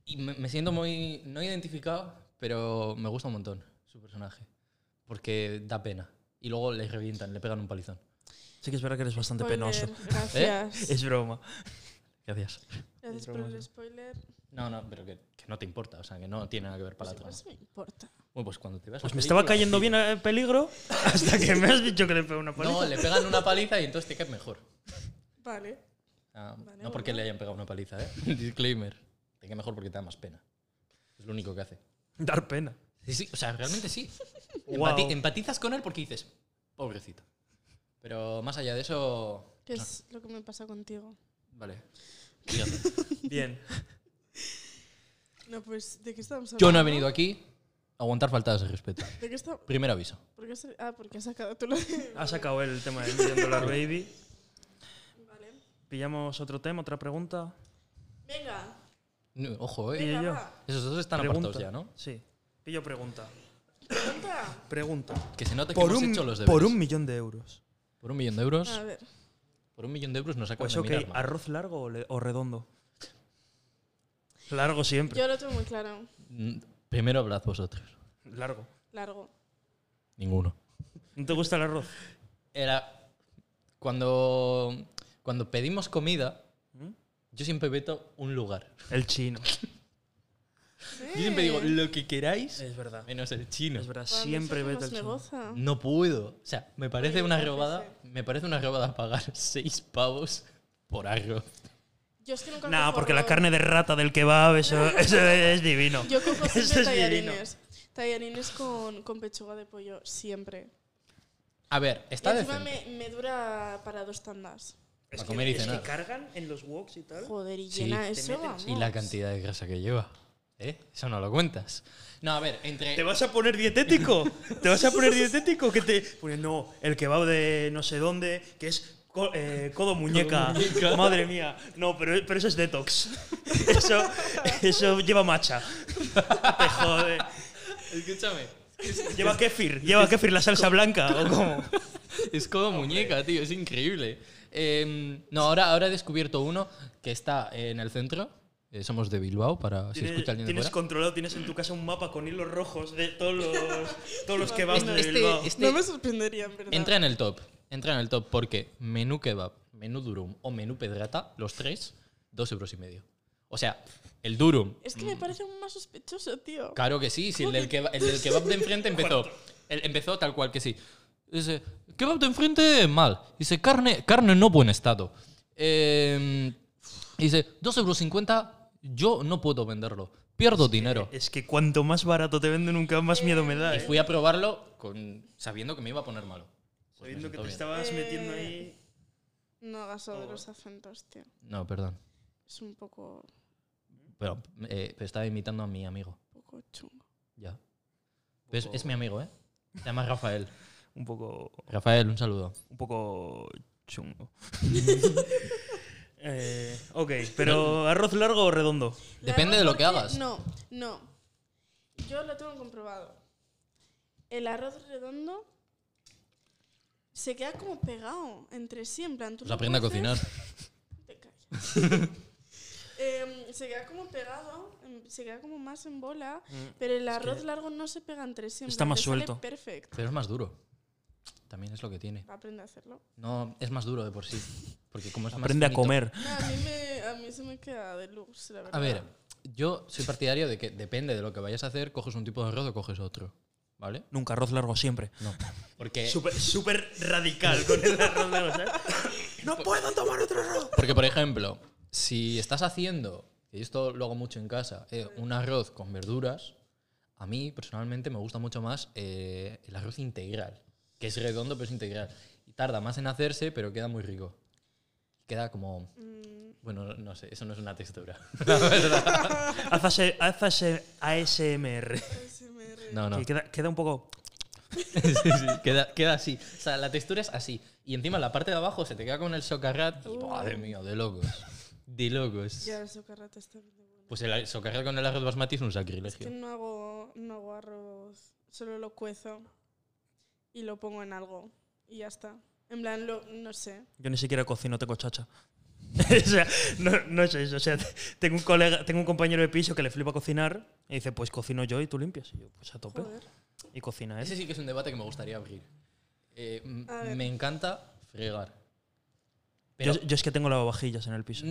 Speaker 3: y me, me siento muy, no identificado, pero me gusta un montón su personaje. Porque da pena. Y luego le revientan, le pegan un palizón.
Speaker 1: Sí que es verdad que eres bastante
Speaker 2: Spoiler,
Speaker 1: penoso.
Speaker 3: ¿Eh?
Speaker 2: Gracias.
Speaker 1: Es broma.
Speaker 3: Gracias.
Speaker 2: Gracias por el spoiler.
Speaker 3: No, no, pero que, que no te importa, o sea, que no tiene nada que ver para la trama.
Speaker 2: Pues me importa.
Speaker 3: Bueno, pues cuando te vas.
Speaker 1: Pues me estaba cayendo bien el peligro hasta que me has dicho que le pego una paliza.
Speaker 3: No, le pegan una paliza y entonces te caes mejor.
Speaker 2: Vale.
Speaker 3: Ah,
Speaker 2: Vale,
Speaker 3: no porque
Speaker 2: bueno.
Speaker 3: le hayan pegado una paliza, ¿eh? Disclaimer. Te caes mejor porque te da más pena. Es lo único que hace.
Speaker 1: Dar pena.
Speaker 3: Sí, sí, o sea, realmente sí.
Speaker 1: Guau.
Speaker 3: Empati- empatizas con él porque dices, pobrecito. Pero más allá de eso.
Speaker 2: Que es lo que me pasa contigo.
Speaker 3: Vale. Fíjate.
Speaker 1: Bien.
Speaker 2: No, pues, ¿de qué estamos hablando?
Speaker 3: Yo no he venido aquí a aguantar faltadas de respeto.
Speaker 2: ¿De qué estamos?
Speaker 3: Primer aviso.
Speaker 2: ¿Por qué se- Ah, porque has sacado tú la de...
Speaker 1: Ha sacado el tema del millón dólar baby.
Speaker 2: Vale.
Speaker 1: Pillamos otro tema, otra pregunta.
Speaker 2: Venga.
Speaker 3: No, Ojo, eh.
Speaker 1: Pillo
Speaker 2: Venga,
Speaker 1: yo.
Speaker 2: va.
Speaker 3: Esos dos están
Speaker 1: Pregunta.
Speaker 3: apartados ya, ¿no?
Speaker 1: Sí. Pillo pregunta.
Speaker 2: Pregunta.
Speaker 1: Pregunta.
Speaker 3: Que se nota que
Speaker 1: Por
Speaker 3: hemos
Speaker 1: un,
Speaker 3: hecho los deberes.
Speaker 1: por un millón de euros.
Speaker 3: Por un millón de euros.
Speaker 2: A ver.
Speaker 3: Por un millón de euros nos acaban
Speaker 1: Pues
Speaker 3: de
Speaker 1: ok,
Speaker 3: mirar mal.
Speaker 1: ¿arroz largo o, le- o redondo? Largo siempre.
Speaker 2: Yo lo tengo muy claro.
Speaker 3: Mm, Primero hablad vosotros.
Speaker 1: Largo.
Speaker 2: Largo.
Speaker 3: Ninguno.
Speaker 1: ¿No te gusta el arroz?
Speaker 3: Era cuando, cuando pedimos comida,
Speaker 1: ¿Mm?
Speaker 3: yo siempre veto un lugar.
Speaker 1: El chino.
Speaker 3: Yo siempre digo, lo que queráis,
Speaker 1: Es verdad.
Speaker 3: menos el chino.
Speaker 1: Eh. Es verdad, siempre vete al
Speaker 2: me
Speaker 1: chino.
Speaker 2: goza.
Speaker 3: No puedo. O sea, me parece
Speaker 2: Oye,
Speaker 3: una
Speaker 2: yo qué
Speaker 3: robada.
Speaker 2: sé.
Speaker 3: Me parece una robada pagar seis pavos por arroz.
Speaker 2: Yo es que nunca
Speaker 1: No,
Speaker 2: cojo
Speaker 1: porque la
Speaker 2: arroz.
Speaker 1: carne de rata del kebab, eso, eso es divino.
Speaker 2: Yo cojo
Speaker 1: Eso
Speaker 2: siempre
Speaker 1: es divino.
Speaker 2: tallarines. Tallarines con, con pechuga de pollo, siempre.
Speaker 3: A ver, está
Speaker 2: y
Speaker 3: de
Speaker 2: encima me, me dura para dos tandas.
Speaker 1: Es
Speaker 3: Para comer y
Speaker 1: es
Speaker 3: cenar.
Speaker 1: cargan en los woks y tal.
Speaker 2: Joder, y
Speaker 3: Sí.
Speaker 2: llena
Speaker 3: Te
Speaker 2: eso, vamos.
Speaker 3: Y la cantidad de grasa que lleva. ¿Eh? Eso no lo cuentas. No, a ver, entre.
Speaker 1: ¿Te vas a poner dietético? ¿Te vas a poner dietético? Que te... Porque no, el kebab de no sé dónde, que es co- eh, codo muñeca. Madre mía. No, pero, pero eso es detox. Eso, eso lleva macha. Te jode.
Speaker 3: Escúchame.
Speaker 1: Lleva kefir. Lleva kefir la salsa blanca. ¿o cómo?
Speaker 3: Es como muñeca, tío, es increíble. Eh, no, ahora, ahora he descubierto uno que está en el centro. Eh, somos de Bilbao, para si
Speaker 1: Tienes,
Speaker 3: escucha alguien de
Speaker 1: tienes
Speaker 3: fuera.
Speaker 1: controlado, tienes en tu casa un mapa con hilos rojos de todos los, todos los kebabs de
Speaker 3: Este-
Speaker 1: Bilbao.
Speaker 3: este-
Speaker 2: No me sorprendería, en verdad.
Speaker 3: Entra en el top. Entra en el top porque menú kebab, menú durum o menú pedrata, los tres, dos euros y medio. O sea, el durum.
Speaker 2: Es que me parece aún más sospechoso, tío.
Speaker 3: Claro que sí, si el del, keba- el del kebab de enfrente empezó. el- empezó tal cual que sí. Dice, kebab de enfrente mal. Dice, carne, carne no buen estado. Eh, dice, 2,50 euros, yo no puedo venderlo. Pierdo dinero.
Speaker 1: Es que cuanto más barato te venden, nunca más miedo me da.
Speaker 3: Y
Speaker 1: ¿eh?
Speaker 3: fui a probarlo con, sabiendo que me iba a poner malo. Pues me
Speaker 1: Sabiendo que
Speaker 3: sentó
Speaker 1: te
Speaker 3: bien.
Speaker 1: estabas
Speaker 2: Eh,
Speaker 1: metiendo ahí.
Speaker 2: No hagas lo de los acentos, tío.
Speaker 3: No, perdón.
Speaker 2: Es un poco,
Speaker 3: Pero, eh, pero estaba imitando a mi amigo.
Speaker 2: poco chungo.
Speaker 3: Ya. Pero es, es mi amigo, ¿eh? Se llama Rafael.
Speaker 1: Un poco.
Speaker 3: Rafael, un saludo.
Speaker 1: un poco chungo. Eh, ok, pero arroz largo o redondo.
Speaker 2: La verdad
Speaker 3: Depende de lo
Speaker 2: porque-
Speaker 3: que hagas.
Speaker 2: No, no. Yo lo tengo comprobado. El arroz redondo se queda como pegado entre sí, en plan... Tú
Speaker 3: Pues
Speaker 2: lo
Speaker 3: aprende a
Speaker 2: cueces-
Speaker 3: cocinar.
Speaker 2: Te callas. Em, se queda como pegado, em, se queda como más en bola, pero el arroz largo no se pega entre sí. en
Speaker 1: Mm. Está
Speaker 2: plan,
Speaker 1: más
Speaker 2: te sale
Speaker 1: suelto.
Speaker 2: Perfecto.
Speaker 3: Pero es más duro. También es lo que tiene.
Speaker 2: Aprende a hacerlo.
Speaker 3: No, es más duro de por sí. Porque como es más
Speaker 1: Aprende a
Speaker 3: finito-
Speaker 1: comer.
Speaker 2: No, a, mí me, a mí se me queda de luz, la verdad.
Speaker 3: A ver, yo soy partidario de que depende de lo que vayas a hacer, coges un tipo de arroz o coges otro. ¿Vale?
Speaker 1: Nunca arroz largo siempre.
Speaker 3: No. Porque,
Speaker 1: Súper súper radical con el arroz largo, ¿sabes? ¡No puedo tomar otro arroz!
Speaker 3: porque, por ejemplo, si estás haciendo, y esto lo hago mucho en casa, eh, un arroz con verduras, a mí personalmente me gusta mucho más eh, el arroz integral, que es redondo pero es integral. Y tarda más en hacerse, pero queda muy rico. Queda como...
Speaker 2: Mm,
Speaker 3: Bueno, no sé, eso no es una textura.
Speaker 1: Haz ase- haz ase- ASMR.
Speaker 2: ASMR.
Speaker 3: No, no.
Speaker 1: Que queda, queda un poco.
Speaker 3: Sí, sí, queda, queda así. O sea, la textura es así. Y encima la parte de abajo se te queda con el socarrat. Y,
Speaker 2: Uh.
Speaker 3: madre mía, de locos. De locos.
Speaker 2: Ya, el socarrat está bien de bueno.
Speaker 3: Pues el socarrat con el arroz basmati es un
Speaker 2: Es que
Speaker 3: sacrilegio.
Speaker 2: no hago, no hago arroz, solo lo cuezo y lo pongo en algo y ya está. En plan, lo, no sé.
Speaker 1: Yo ni siquiera cocino, tengo chacha. o sea, no, no es eso. O sea, tengo un, colega, tengo un compañero de piso que le flipa cocinar y dice: Pues cocino yo y tú limpias. Y yo, pues a tope.
Speaker 2: Joder.
Speaker 1: Y cocina él.
Speaker 3: Ese sí que es un debate que me gustaría abrir. Eh, m-
Speaker 2: A ver.
Speaker 3: me encanta fregar. Pero
Speaker 1: Yo,
Speaker 3: mm, yo,
Speaker 1: yo es que tengo lavavajillas en el piso.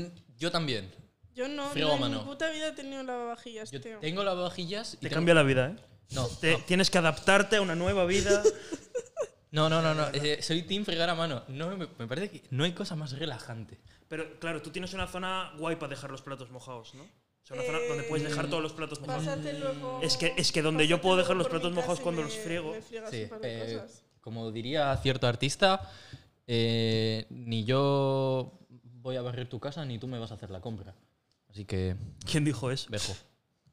Speaker 3: también.
Speaker 2: Yo no,
Speaker 3: Frigo
Speaker 2: no
Speaker 3: a
Speaker 2: en mi
Speaker 3: mano.
Speaker 2: puta vida he tenido lavavajillas,
Speaker 3: Yo
Speaker 2: tío.
Speaker 3: tengo lavavajillas y
Speaker 1: Te
Speaker 3: tengo-
Speaker 1: cambia la vida, ¿eh?
Speaker 3: No,
Speaker 1: Te- Tienes que adaptarte a una nueva vida.
Speaker 3: no, no, no. no, eh, soy team fregar a mano. No, me, me parece que no hay cosa más relajante.
Speaker 1: Pero claro, tú tienes una zona guay para dejar los platos mojados, ¿no? O sea, una zona
Speaker 2: Eh,
Speaker 1: donde puedes dejar todos los platos mojados.
Speaker 2: Pásate luego.
Speaker 1: Es que- es que donde yo
Speaker 2: pásate
Speaker 1: puedo dejar
Speaker 2: luego
Speaker 1: los
Speaker 2: por
Speaker 1: platos
Speaker 2: mi
Speaker 1: mojados
Speaker 2: casa y
Speaker 1: cuando
Speaker 2: me-
Speaker 1: los friego.
Speaker 2: me friegas
Speaker 3: Sí,
Speaker 2: un par de
Speaker 3: eh,
Speaker 2: cosas.
Speaker 3: como diría cierto artista, eh, ni yo voy a barrer tu casa ni tú me vas a hacer la compra. Así que,
Speaker 1: ¿Quién dijo eso?
Speaker 3: Bejo,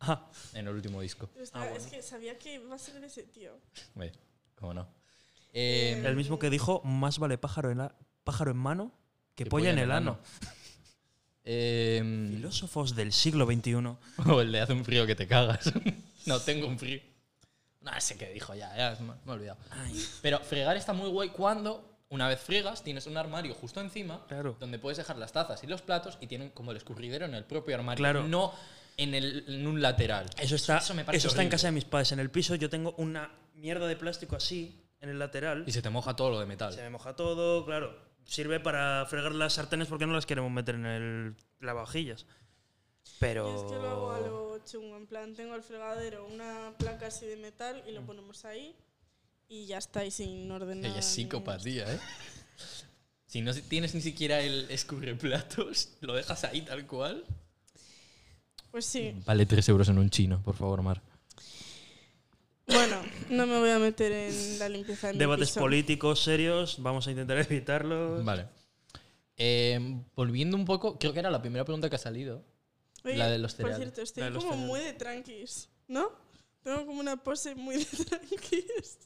Speaker 1: Ah,
Speaker 3: en el último disco.
Speaker 2: Pero está- Es que sabía que iba a ser de ese tío.
Speaker 3: Ve, ¿Cómo no? Eh,
Speaker 1: el mismo que dijo, más vale pájaro en, la- pájaro en mano que, polla, en el ano.
Speaker 3: eh,
Speaker 1: Filósofos del siglo XXI.
Speaker 3: o el de hace un frío que te cagas. no, tengo un frío. No sé qué dijo ya, ya me me he olvidado. Pero fregar está muy guay cuando, una vez friegas, tienes un armario justo encima
Speaker 1: Claro.
Speaker 3: donde puedes dejar las tazas y los platos y tienen como el escurridero en el propio armario,
Speaker 1: Claro.
Speaker 3: no en, el, en un lateral.
Speaker 1: Eso está,
Speaker 3: Eso
Speaker 1: eso
Speaker 3: me parece
Speaker 1: está en
Speaker 3: horrible.
Speaker 1: casa de mis padres. En el piso yo tengo una mierda de plástico así, en el lateral.
Speaker 3: Y se te moja todo lo de metal.
Speaker 1: Se me moja todo, claro. Sirve para fregar las sartenes porque no las queremos meter en el lavavajillas. Pero.
Speaker 2: Yo es que lo hago a lo chungo, en plan, tengo al fregadero una placa así de metal y lo ponemos ahí y ya está, y sin ordenar.
Speaker 3: Mm. Ella es
Speaker 2: ni-
Speaker 3: psicopatía, ¿eh? Si no tienes ni siquiera el escurreplatos, lo dejas ahí tal cual.
Speaker 2: Pues sí.
Speaker 3: Vale 3 euros en un chino, por favor, Mar.
Speaker 2: Bueno, no me voy a meter en la limpieza de mi
Speaker 1: Debates
Speaker 2: piso.
Speaker 1: políticos serios, vamos a intentar evitarlos.
Speaker 3: Vale. Eh, volviendo un poco, creo que era la primera pregunta que ha salido.
Speaker 2: Oye,
Speaker 3: la de los
Speaker 2: Por
Speaker 3: cereales.
Speaker 2: cierto, estoy
Speaker 1: La de los
Speaker 2: como
Speaker 1: cereales.
Speaker 2: muy de tranquis, ¿no? Tengo como una pose muy de tranquis.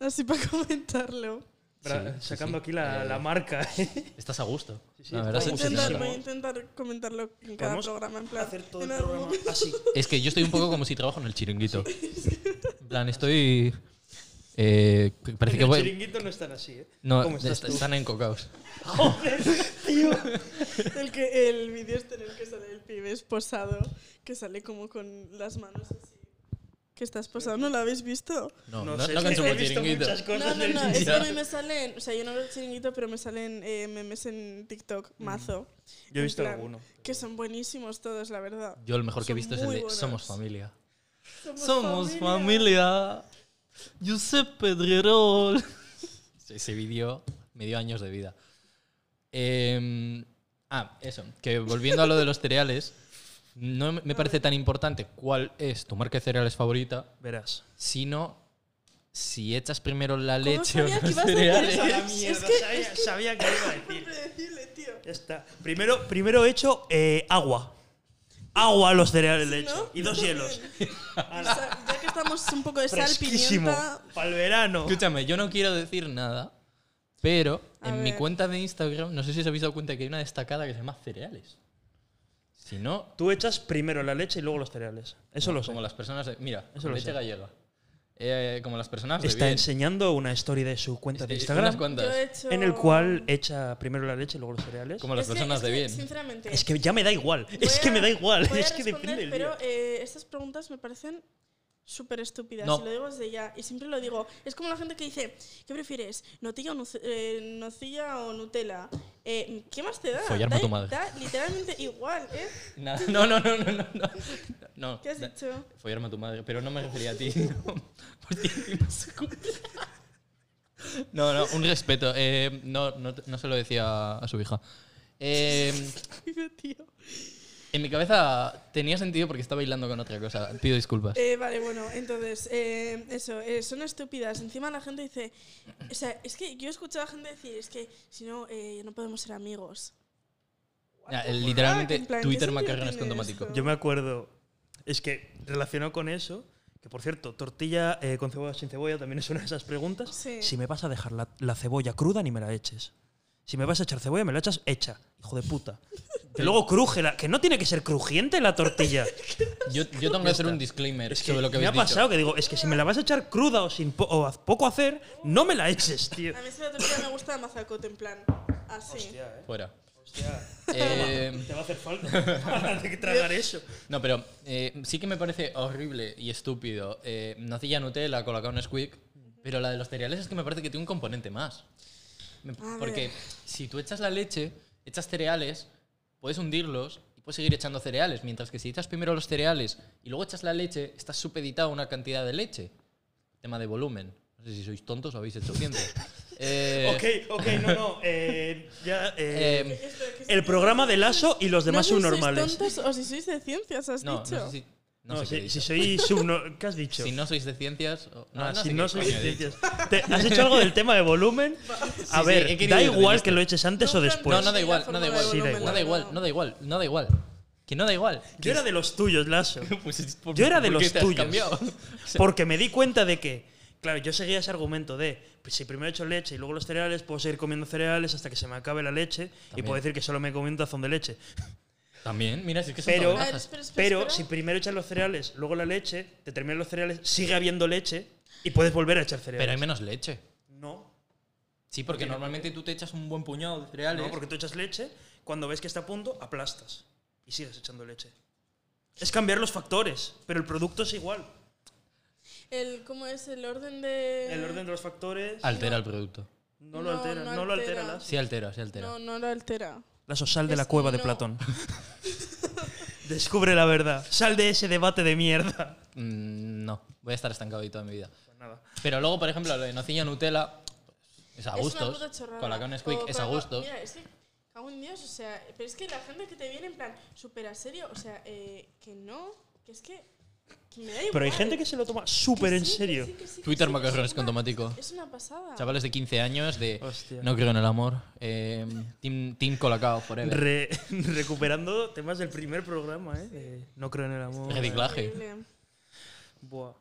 Speaker 2: Así para comentarlo.
Speaker 1: Bra-
Speaker 3: Sí, sí,
Speaker 1: sacando
Speaker 3: sí.
Speaker 1: aquí la,
Speaker 3: Eh,
Speaker 1: la marca.
Speaker 3: Estás a gusto.
Speaker 1: sí,
Speaker 3: La
Speaker 1: está
Speaker 3: verdad
Speaker 2: Voy a,
Speaker 3: es que
Speaker 2: intentar,
Speaker 3: sí.
Speaker 2: voy a intentar comentarlo en cada
Speaker 1: Podemos
Speaker 2: programa. En plan,
Speaker 1: Hacer todo el
Speaker 2: en algún
Speaker 1: programa
Speaker 2: momento.
Speaker 1: así.
Speaker 3: Es que yo estoy un poco como si trabajo en el chiringuito. En plan, estoy. eh, parece
Speaker 1: En
Speaker 3: que
Speaker 1: el
Speaker 3: voy.
Speaker 1: chiringuito no están así, ¿eh?
Speaker 3: No,
Speaker 1: ¿Cómo estás
Speaker 3: est-
Speaker 1: tú?
Speaker 3: están encocados.
Speaker 1: Joder, tío.
Speaker 2: El, que, el vídeo este en el que sale el pibe esposado, que sale como con las manos así. Que está esposado, ¿no lo habéis visto?
Speaker 3: No,
Speaker 1: No
Speaker 3: no,
Speaker 1: sé,
Speaker 3: no
Speaker 1: es que
Speaker 3: consumo
Speaker 1: he visto
Speaker 3: chiringuito.
Speaker 1: muchas
Speaker 2: No,
Speaker 1: cosas
Speaker 2: no,
Speaker 1: del
Speaker 2: no, es que
Speaker 1: chiringuito.
Speaker 2: a mí me salen, o sea, yo no veo el chiringuito, pero me salen eh, memes en TikTok, mazo,
Speaker 1: Yo he
Speaker 2: en
Speaker 1: visto
Speaker 2: plan,
Speaker 1: alguno.
Speaker 2: que son buenísimos todos, la verdad.
Speaker 3: Yo el mejor que he
Speaker 2: Son
Speaker 3: visto es el
Speaker 2: muy
Speaker 3: de
Speaker 2: buenos.
Speaker 3: Somos familia.
Speaker 2: Somos,
Speaker 3: Josep Pedrerol. Ese vídeo me dio años de vida. Em, ah, eso. Que volviendo a lo de los cereales, no me- me parece tan importante cuál es tu marca de cereales favorita,
Speaker 1: Verás.
Speaker 3: sino si echas primero la
Speaker 2: ¿Cómo
Speaker 3: leche o
Speaker 2: sabía que
Speaker 3: los
Speaker 2: ibas a hacer
Speaker 3: cereales.
Speaker 2: eso?
Speaker 1: La
Speaker 2: Es
Speaker 1: mierda,
Speaker 2: que-
Speaker 1: sabía, sabía que iba a decir.
Speaker 2: Impredecible, tío.
Speaker 1: Ya está. Primero, primero he hecho eh, agua. Agua a los cereales de
Speaker 2: ¿no?
Speaker 1: leche. Y dos hielos.
Speaker 2: Y sa- ya que estamos un poco de sal,
Speaker 1: Fresquísimo.
Speaker 2: pimienta.
Speaker 1: Para el verano.
Speaker 3: Escúchame, yo no quiero decir nada, pero
Speaker 2: A
Speaker 3: en mi
Speaker 2: ver.
Speaker 3: cuenta de Instagram, no sé si os habéis dado cuenta que hay una destacada que se llama cereales. Si no,
Speaker 1: Tú echas primero la leche y luego los cereales. Eso lo sé.
Speaker 3: Como las personas de. Mira,
Speaker 1: Eso
Speaker 3: con
Speaker 1: lo
Speaker 3: leche
Speaker 1: sé.
Speaker 3: gallega. Eh, como las personas de.
Speaker 1: Está
Speaker 3: bien.
Speaker 1: enseñando una story de su cuenta
Speaker 3: Este,
Speaker 1: de
Speaker 3: unas
Speaker 1: Instagram
Speaker 3: cuantas.
Speaker 2: Yo he hecho-
Speaker 1: en el cual echa primero la leche y luego los cereales.
Speaker 3: Como las
Speaker 2: Es que-
Speaker 3: personas
Speaker 2: es
Speaker 3: de
Speaker 2: que,
Speaker 3: bien.
Speaker 2: Sinceramente.
Speaker 1: Es que ya me da igual. Es
Speaker 2: voy
Speaker 1: que
Speaker 2: a-
Speaker 1: me da igual.
Speaker 2: voy a
Speaker 1: Es que
Speaker 2: responder,
Speaker 1: depende del
Speaker 2: Pero
Speaker 1: día.
Speaker 2: eh, estas preguntas me parecen súper estúpidas.
Speaker 3: No.
Speaker 2: y lo digo desde ya. Y siempre lo digo. Es como la gente que dice: ¿Qué prefieres? ¿Notilla o, nuce- eh, nocilla o Nutella? Eh, ¿Qué más te da?
Speaker 3: Follarme
Speaker 2: da,
Speaker 3: a tu madre.
Speaker 2: da literalmente igual, ¿eh?
Speaker 3: Nada, No, no, no, no, no. no. No,
Speaker 2: ¿Qué has
Speaker 3: da-
Speaker 2: dicho?
Speaker 3: Follarme a tu madre, pero no me refería a ti. no. Porque encima se cumple. No, no, un respeto. Eh, no, no, no se lo decía a su hija. Eh,
Speaker 2: Tío.
Speaker 3: en mi cabeza tenía sentido porque estaba bailando con otra cosa. Pido disculpas.
Speaker 2: Eh, vale, bueno, entonces, eh, eso, eh, son estúpidas. Encima la gente dice, o sea, es que yo he escuchado a gente decir, es que si no, eh, no podemos ser amigos.
Speaker 3: Ya,
Speaker 2: what the fuck,
Speaker 3: literalmente,
Speaker 2: en plan, ¿qué
Speaker 3: Twitter
Speaker 2: sentido
Speaker 3: macarrones
Speaker 2: tiene
Speaker 3: con tomático.
Speaker 2: esto?
Speaker 1: Yo me acuerdo. Es que relacionado con eso, que por cierto, tortilla eh, con cebolla o sin cebolla también es una de esas preguntas.
Speaker 2: Sí.
Speaker 1: Si me vas a dejar la, la cebolla cruda, ni me la eches. Si me vas a echar cebolla, me la echas hecha. Hijo de puta. Que luego cruje, la, que no tiene que ser crujiente la tortilla.
Speaker 3: Yo, yo tengo que hacer un disclaimer
Speaker 1: Es que
Speaker 3: sobre lo que
Speaker 1: me ha
Speaker 3: habéis dicho.
Speaker 1: pasado que digo, es que si me la vas a echar cruda o sin po- o a poco hacer, no me la eches, tío.
Speaker 2: A mí si la tortilla me gusta mazacote, en plan, así.
Speaker 3: Fuera.
Speaker 1: Hostia.
Speaker 3: Eh,
Speaker 1: Te va a hacer falta de tragar eso.
Speaker 3: No, pero eh, sí que me parece horrible y estúpido. Eh, nocilla Nutella, colacao Nesquik, pero la de los cereales es que me parece que tiene un componente más. Me-
Speaker 2: ver.
Speaker 3: Porque si tú echas la leche, echas cereales, puedes hundirlos y puedes seguir echando cereales, mientras que si echas primero los cereales y luego echas la leche, estás supeditado a una cantidad de leche. Tema de volumen. No sé si sois tontos o habéis hecho tiempo. Eh,
Speaker 1: Ok, ok, no, no. eh, ya, eh,
Speaker 3: eh,
Speaker 2: Espera, que-
Speaker 1: el programa de Lasso y los
Speaker 2: no
Speaker 1: demás
Speaker 2: sé si sois
Speaker 1: subnormales.
Speaker 2: tontos o si sois de ciencias, has
Speaker 3: no, no
Speaker 2: dicho.
Speaker 3: sé si... No,
Speaker 1: No,
Speaker 3: sé qué he
Speaker 1: si,
Speaker 3: dicho.
Speaker 1: si soy subno- ¿Qué has dicho?
Speaker 3: Si no sois de ciencias. o-
Speaker 1: Ah,
Speaker 3: sé
Speaker 1: si
Speaker 3: qué
Speaker 1: no soy
Speaker 3: coño he dicho.
Speaker 1: ciencias. Te- ¿Has hecho algo del tema de volumen? A
Speaker 3: sí,
Speaker 1: ver,
Speaker 3: he querido
Speaker 1: da
Speaker 3: ir de
Speaker 1: igual
Speaker 3: listo.
Speaker 1: que lo eches antes o
Speaker 2: Nunca
Speaker 1: después.
Speaker 3: no, no
Speaker 2: Sí,
Speaker 3: da
Speaker 2: la
Speaker 3: igual, no
Speaker 2: forma
Speaker 3: da
Speaker 2: de
Speaker 3: igual.
Speaker 1: Sí, da
Speaker 3: no da igual,
Speaker 2: volumen,
Speaker 3: no da igual, no da igual. Que no da igual.
Speaker 1: Yo era de los tuyos, Lasso.
Speaker 3: Pues, ¿por-
Speaker 1: Yo era de
Speaker 3: por qué
Speaker 1: los
Speaker 3: te has
Speaker 1: tuyos.
Speaker 3: cambiado?
Speaker 1: Porque me di cuenta de que, claro, yo seguía ese argumento de pues, si primero he hecho leche y luego los cereales, puedo seguir comiendo cereales hasta que se me acabe la leche y
Speaker 3: También.
Speaker 1: puedo decir que solo me comí un tazón de leche.
Speaker 3: También, mira, si es que son
Speaker 1: Pero-
Speaker 2: A ver,
Speaker 3: ventajas.
Speaker 2: espera, espera,
Speaker 1: Pero
Speaker 2: espera.
Speaker 1: si primero echas los cereales, luego la leche, te terminan los cereales, sigue habiendo leche y puedes volver a echar cereales.
Speaker 3: Pero hay menos leche.
Speaker 1: no,
Speaker 3: Sí, porque normalmente tú te echas un buen puñado de cereales.
Speaker 1: no, porque tú echas leche, cuando ves que está a punto, aplastas y sigues echando leche. Es cambiar los factores, pero el producto es igual.
Speaker 2: El, ¿Cómo es? El orden de...
Speaker 1: El orden de los factores
Speaker 3: Altera el producto.
Speaker 1: no, lo altera, no, lo altera. las-
Speaker 3: Sí altera, sí altera.
Speaker 2: No, no lo altera.
Speaker 1: La sosal de
Speaker 2: Es
Speaker 1: la
Speaker 2: que
Speaker 1: cueva de
Speaker 2: no.
Speaker 1: Platón. Descubre la verdad. Sal de ese debate de mierda.
Speaker 3: Mm, no, voy a estar estancado ahí toda mi vida.
Speaker 1: Pues nada.
Speaker 3: Pero luego, por ejemplo, lo de nocilla Nutella pues, es
Speaker 2: Es
Speaker 3: a
Speaker 2: una puta
Speaker 3: gustos.
Speaker 2: chorrada.
Speaker 3: Con la con
Speaker 2: O
Speaker 3: Squeak es a
Speaker 2: cuando-
Speaker 3: gustos.
Speaker 2: Mira, es que, cago en Dios, o sea, pero es que la gente que te viene en plan súper a serio, o sea, eh, que no, que es que, que me da igual.
Speaker 1: Pero hay gente que se lo toma súper
Speaker 2: Que
Speaker 1: en
Speaker 2: sí, que
Speaker 1: serio.
Speaker 2: sí, que sí, que
Speaker 3: Twitter
Speaker 2: sí, que es
Speaker 3: macarrones con
Speaker 2: una-
Speaker 3: tomatico.
Speaker 2: Es una pasada.
Speaker 3: Chavales de 15 años de
Speaker 1: Hostia.
Speaker 3: no creo en el amor. eh, team, team Colacao forever.
Speaker 1: Re- recuperando temas del primer programa, ¿eh? De no creo en el amor.
Speaker 3: Ridícula.
Speaker 2: Increíble.
Speaker 1: Buah.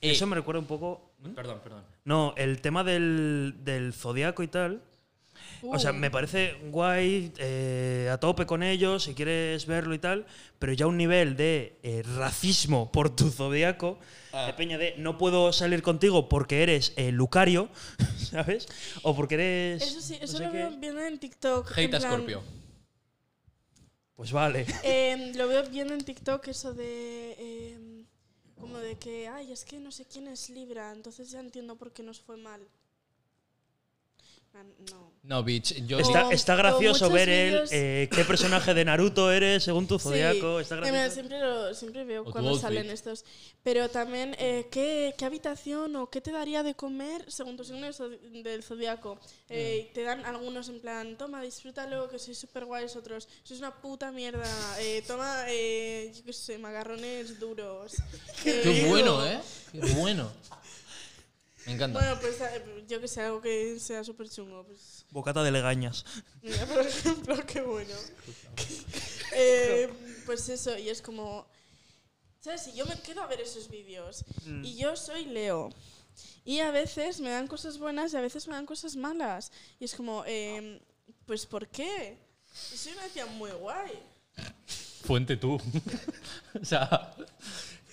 Speaker 3: Eh,
Speaker 1: Eso me recuerda un poco. ¿Mm?
Speaker 3: Perdón, perdón.
Speaker 1: No, el tema del, del zodiaco y tal. O sea,
Speaker 2: Uh,
Speaker 1: me parece guay, eh, a tope con ellos, si quieres verlo y tal, pero ya un nivel de eh, racismo por tu zodiaco, de peña de no puedo salir contigo porque eres eh, Lucario, ¿sabes? O porque eres.
Speaker 2: Eso sí,
Speaker 1: no
Speaker 2: eso
Speaker 1: sé
Speaker 2: lo
Speaker 1: qué.
Speaker 2: veo viendo en TikTok. en
Speaker 3: Hate a
Speaker 2: plan,
Speaker 3: Scorpio.
Speaker 1: Pues vale.
Speaker 2: em, lo veo viendo en TikTok eso de... em, como de que, ay, es que no sé quién es Libra, entonces ya entiendo por qué nos fue mal. Ah, No.
Speaker 3: No, bitch. Yo
Speaker 2: Está-
Speaker 1: Está, está
Speaker 2: con
Speaker 1: gracioso
Speaker 2: muchos
Speaker 1: ver el,
Speaker 2: vídeos-
Speaker 1: eh, qué personaje de Naruto eres según tu zodiaco.
Speaker 2: Sí,
Speaker 1: Está
Speaker 2: en verdad,
Speaker 1: gracioso.
Speaker 2: siempre, lo- siempre veo
Speaker 3: O tu
Speaker 2: cuando
Speaker 3: outfit.
Speaker 2: salen estos. Pero también, eh, ¿qué, ¿qué habitación o qué te daría de comer según tu signo de zo- del zodiaco?
Speaker 3: Mm.
Speaker 2: Eh, Te dan algunos en plan, toma, disfrútalo, que sois súper guays. Otros, sois una puta mierda. eh, toma, eh, yo qué sé, macarrones duros.
Speaker 3: Qué
Speaker 2: Eh,
Speaker 3: bueno, ¿eh? Qué bueno. Me encanta.
Speaker 2: Bueno, pues eh, yo que sé, algo que sea súper chungo. Pues,
Speaker 1: Bocata de legañas.
Speaker 2: Mira, por ejemplo, qué bueno. Eh, pues eso, y es como. ¿Sabes? Si yo me quedo a ver esos vídeos
Speaker 1: Mm,
Speaker 2: y yo soy Leo. Y a veces me dan cosas buenas y a veces me dan cosas malas. Y es como, eh, pues ¿por qué? Y soy una tía muy guay.
Speaker 3: Fuente tú. o sea.